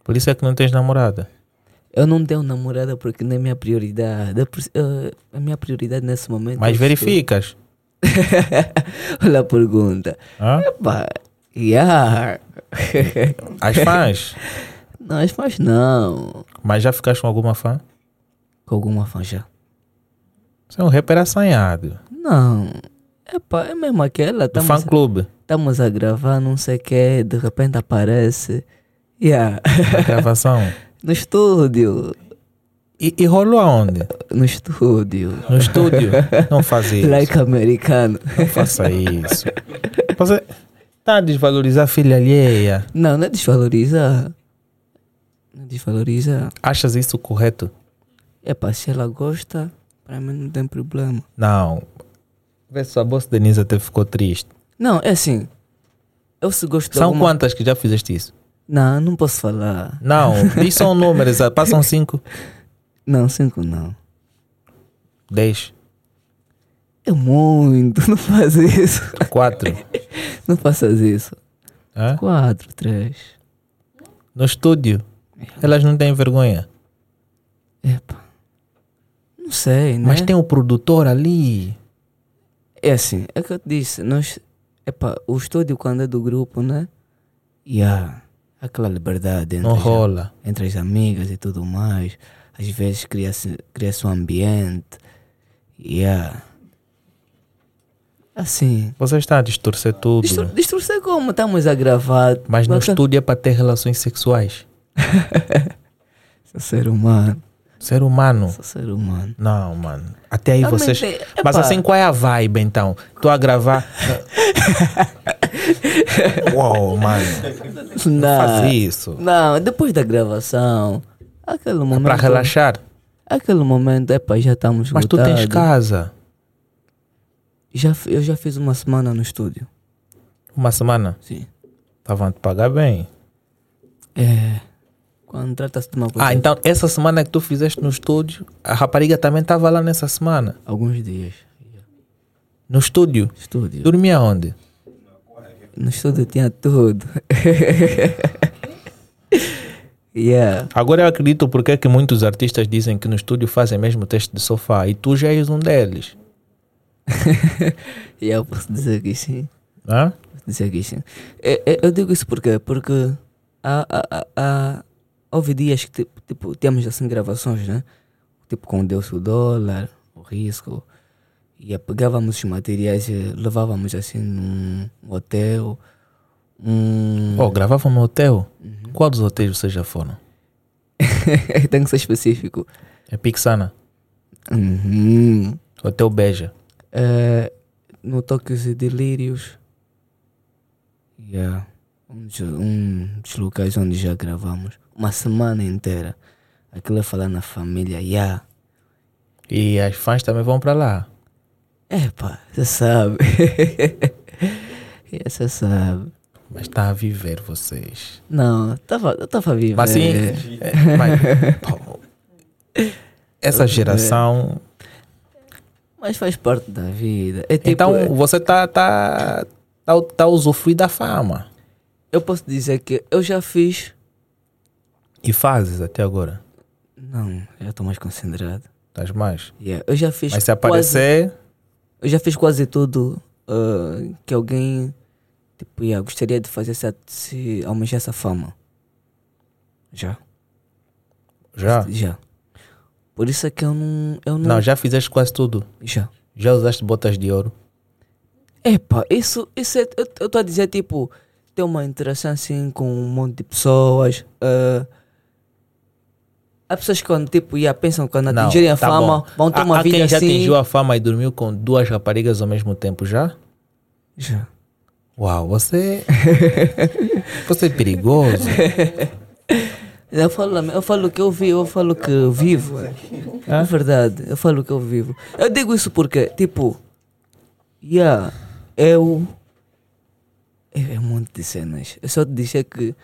[SPEAKER 1] Por isso é que não tens namorada.
[SPEAKER 2] Eu não tenho namorada porque não é minha prioridade. Eu preci- eu- a minha prioridade nesse momento.
[SPEAKER 1] Mas
[SPEAKER 2] eu estou-
[SPEAKER 1] verificas.
[SPEAKER 2] Olha a pergunta.
[SPEAKER 1] Hã?
[SPEAKER 2] Epá, yeah.
[SPEAKER 1] As fãs.
[SPEAKER 2] não, as fãs não.
[SPEAKER 1] Mas já ficaste com alguma fã?
[SPEAKER 2] Com alguma fã já.
[SPEAKER 1] Você é um rapper assanhado.
[SPEAKER 2] Não. Epá, é mesmo aquela.
[SPEAKER 1] Do
[SPEAKER 2] Estamos,
[SPEAKER 1] fã clube.
[SPEAKER 2] estamos a gravar, não sei o que, de repente aparece. Yeah.
[SPEAKER 1] Na gravação.
[SPEAKER 2] no estúdio.
[SPEAKER 1] E, e rolou aonde?
[SPEAKER 2] No estúdio.
[SPEAKER 1] No estúdio. Não faz isso.
[SPEAKER 2] Like americano.
[SPEAKER 1] Não faça isso. Você tá a desvalorizar a filha alheia.
[SPEAKER 2] Não, não é desvalorizar. Não é desvalorizar.
[SPEAKER 1] Achas isso correto?
[SPEAKER 2] É pá, se ela gosta, pra mim não tem problema.
[SPEAKER 1] Não. Vê só, a bolsa Denise até ficou triste.
[SPEAKER 2] Não, é assim. Eu se gosto de
[SPEAKER 1] São
[SPEAKER 2] alguma...
[SPEAKER 1] quantas que já fizeste isso?
[SPEAKER 2] Não, não posso falar.
[SPEAKER 1] Não, diz só um número, exato. passam 5,
[SPEAKER 2] Não, cinco não.
[SPEAKER 1] 10,
[SPEAKER 2] É muito, não faz isso.
[SPEAKER 1] 4.
[SPEAKER 2] Não faças isso. Quatro, três.
[SPEAKER 1] No estúdio. Elas não têm vergonha.
[SPEAKER 2] Né? Epa. Não sei, né?
[SPEAKER 1] Mas tem o produtor ali.
[SPEAKER 2] É assim, é que eu te disse, nós. Epa, o estúdio quando é do grupo, né? E há aquela liberdade entre,
[SPEAKER 1] Não
[SPEAKER 2] as-
[SPEAKER 1] rola.
[SPEAKER 2] entre as amigas e tudo mais. Às vezes cria-se cria um ambiente. E há. Assim.
[SPEAKER 1] Você está a distorcer tudo. né?
[SPEAKER 2] Distor- Distorcer como? Estamos a gravar.
[SPEAKER 1] Mas no
[SPEAKER 2] Basta-
[SPEAKER 1] estúdio é para ter relações sexuais.
[SPEAKER 2] Sou ser humano.
[SPEAKER 1] Ser humano.
[SPEAKER 2] Sou ser humano.
[SPEAKER 1] Não, mano. Até aí
[SPEAKER 2] Também
[SPEAKER 1] vocês.
[SPEAKER 2] tem-
[SPEAKER 1] Mas
[SPEAKER 2] Epá.
[SPEAKER 1] assim, qual é a vibe então? Tô a gravar. Uou, mano. Faz
[SPEAKER 2] Não,
[SPEAKER 1] isso.
[SPEAKER 2] não, depois da gravação. Aquele momento.
[SPEAKER 1] Para relaxar.
[SPEAKER 2] Aquele momento, epa, já estamos
[SPEAKER 1] Mas tu tens
[SPEAKER 2] esgotados.
[SPEAKER 1] casa.
[SPEAKER 2] Já, fi- eu já fiz uma semana no estúdio.
[SPEAKER 1] Uma semana. Tá
[SPEAKER 2] Sim.
[SPEAKER 1] Estavam a te pagar bem.
[SPEAKER 2] É. Quando trata-se de uma coisa.
[SPEAKER 1] Ah, então essa semana que tu fizeste no estúdio, a rapariga também estava lá nessa semana.
[SPEAKER 2] Alguns dias.
[SPEAKER 1] No estúdio.
[SPEAKER 2] Estúdio.
[SPEAKER 1] Dormia onde?
[SPEAKER 2] No estúdio tinha tudo. yeah.
[SPEAKER 1] Agora eu acredito porque é que muitos artistas dizem que no estúdio fazem mesmo teste de sofá e tu já és um deles.
[SPEAKER 2] Yeah, posso dizer que sim.
[SPEAKER 1] Hã?
[SPEAKER 2] Posso dizer que sim. É, é, eu digo isso porque Porque há, há, há, há, houve dias que tipo, tipo, temos assim gravações, né? Tipo com Deus o dólar, o risco. E aí pegávamos os materiais e levávamos assim num hotel. Um...
[SPEAKER 1] Oh, gravavam no hotel? Qual dos hotéis vocês já foram?
[SPEAKER 2] Tem que ser específico.
[SPEAKER 1] É Pixana.
[SPEAKER 2] Uhum.
[SPEAKER 1] O teu beija.
[SPEAKER 2] É, no Toques e Delírios. Yeah. Um, dos, um dos locais onde já gravamos. Uma semana inteira. Aquilo é falar na família. Yeah.
[SPEAKER 1] E as fãs também vão para lá.
[SPEAKER 2] É pá, você sabe. Você sabe.
[SPEAKER 1] Mas está a viver vocês.
[SPEAKER 2] Não, tava, eu tava vivo.
[SPEAKER 1] Mas assim. é, mas, pô, essa geração.
[SPEAKER 2] Mas faz parte da vida. É tipo,
[SPEAKER 1] então
[SPEAKER 2] é-
[SPEAKER 1] você tá, tá, tá, tá usufruindo da fama.
[SPEAKER 2] eu posso dizer que eu já fiz.
[SPEAKER 1] E fazes até agora.
[SPEAKER 2] Não, eu estou mais concentrado.
[SPEAKER 1] Estás mais.
[SPEAKER 2] Yeah, eu já fiz.
[SPEAKER 1] Mas se
[SPEAKER 2] quase-
[SPEAKER 1] aparecer.
[SPEAKER 2] Eu já fiz quase tudo ah, que alguém tipo, yeah, gostaria de fazer se, se almejar essa fama. Já?
[SPEAKER 1] Já.
[SPEAKER 2] Já. Por isso é que eu não. Eu não,
[SPEAKER 1] Ah. Não, já fizeste quase tudo.
[SPEAKER 2] Já.
[SPEAKER 1] Já usaste botas de ouro.
[SPEAKER 2] Epa, isso, isso é. Eu eu estou a dizer, tipo, ter uma interação assim com um monte de pessoas. ah, há pessoas que, quando, tipo, yeah, pensam que quando
[SPEAKER 1] Não,
[SPEAKER 2] atingirem a
[SPEAKER 1] tá
[SPEAKER 2] fama,
[SPEAKER 1] bom.
[SPEAKER 2] vão ter
[SPEAKER 1] Há-
[SPEAKER 2] uma
[SPEAKER 1] há
[SPEAKER 2] vida
[SPEAKER 1] quem já
[SPEAKER 2] assim.
[SPEAKER 1] atingiu a fama e dormiu com duas raparigas ao mesmo tempo já?
[SPEAKER 2] Já.
[SPEAKER 1] Uau, você. você é perigoso.
[SPEAKER 2] Eu falo, eu falo que eu vi, eu falo que eu vivo. É verdade, eu falo que eu vivo. Eu digo isso porque, tipo, yeah, eu. É é um monte de cenas. Eu só te disse que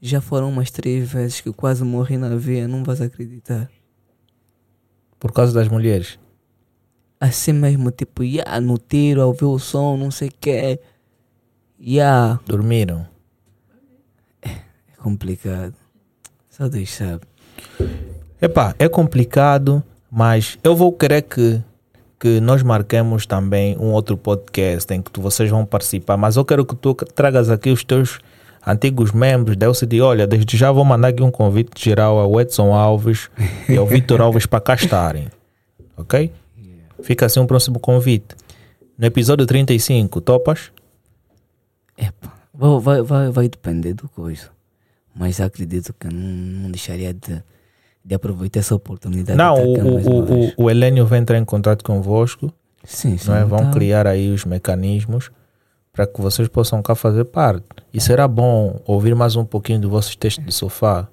[SPEAKER 2] já foram umas três vezes que eu quase morri na veia, não vais acreditar.
[SPEAKER 1] Por causa das mulheres.
[SPEAKER 2] Assim mesmo, tipo, yeah, no tiro, ao ver o som, não sei o que. Yeah,
[SPEAKER 1] Dormiram.
[SPEAKER 2] é complicado. Só Deus sabe.
[SPEAKER 1] Epá, é complicado, mas eu vou querer que, que nós marquemos também um outro podcast em que tu- vocês vão participar, mas eu quero que tu tragas aqui os teus antigos membros da LCD. Olha, desde já vou mandar aqui um convite geral ao Edson Alves e ao Vitor Alves para cá estarem, ok? Fica assim um próximo convite. No episódio 35, topas?
[SPEAKER 2] Epa, vai, vai, vai, vai depender do coisa. Mas acredito que não, não deixaria de, de aproveitar essa oportunidade.
[SPEAKER 1] Não,
[SPEAKER 2] de
[SPEAKER 1] o,
[SPEAKER 2] estar cá mais uma
[SPEAKER 1] o, o,
[SPEAKER 2] vez.
[SPEAKER 1] o Helênio vai entrar em contato convosco.
[SPEAKER 2] Sim, sim.
[SPEAKER 1] não é? Vão
[SPEAKER 2] então,
[SPEAKER 1] criar aí os mecanismos para que vocês possam cá fazer parte. E será bom ouvir mais um pouquinho dos vossos textos de sofá.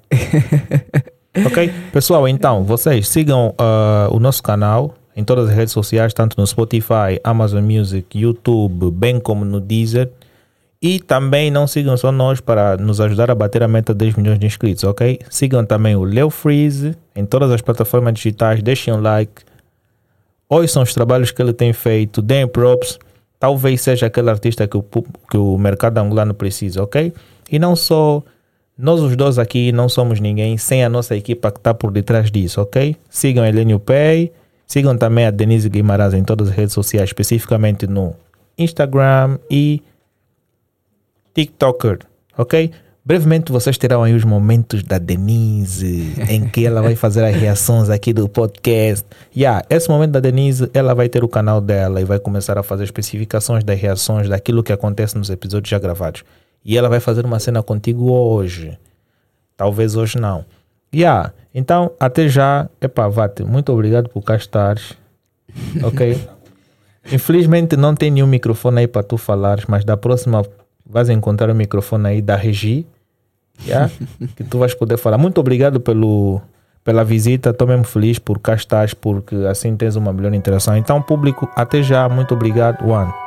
[SPEAKER 1] ok? Pessoal, então, vocês sigam ah, o nosso canal em todas as redes sociais, tanto no Spotify, Amazon Music, YouTube, bem como no Deezer. E também não sigam só nós para nos ajudar a bater a meta de 10 milhões de inscritos, ok? Sigam também o Leo Freeze em todas as plataformas digitais, deixem um like, ouçam os trabalhos que ele tem feito, deem props. Talvez seja aquele artista que o, pu- que o mercado angolano precisa, ok? E não só. Nós os dois aqui não somos ninguém sem a nossa equipa que está por detrás disso, ok? Sigam a Helênio Pay, sigam também a Denise Guimarães em todas as redes sociais, especificamente no Instagram e TikToker, ok? Brevemente vocês terão aí os momentos da Denise, em que ela vai fazer as reações aqui do podcast. Yeah, esse momento da Denise, ela vai ter o canal dela e vai começar a fazer especificações das reações daquilo que acontece nos episódios já gravados. E ela vai fazer uma cena contigo hoje. Talvez hoje não. Yeah, então até já. Epá, Vate, muito obrigado por cá estares. Ok? Infelizmente não tem nenhum microfone aí para tu falares, mas da próxima vais encontrar o microfone aí da Regi, yeah? que tu vais poder falar. Muito obrigado pelo, pela visita, estou mesmo feliz por cá estás, porque assim tens uma melhor interação. Então, público, até já, muito obrigado, One.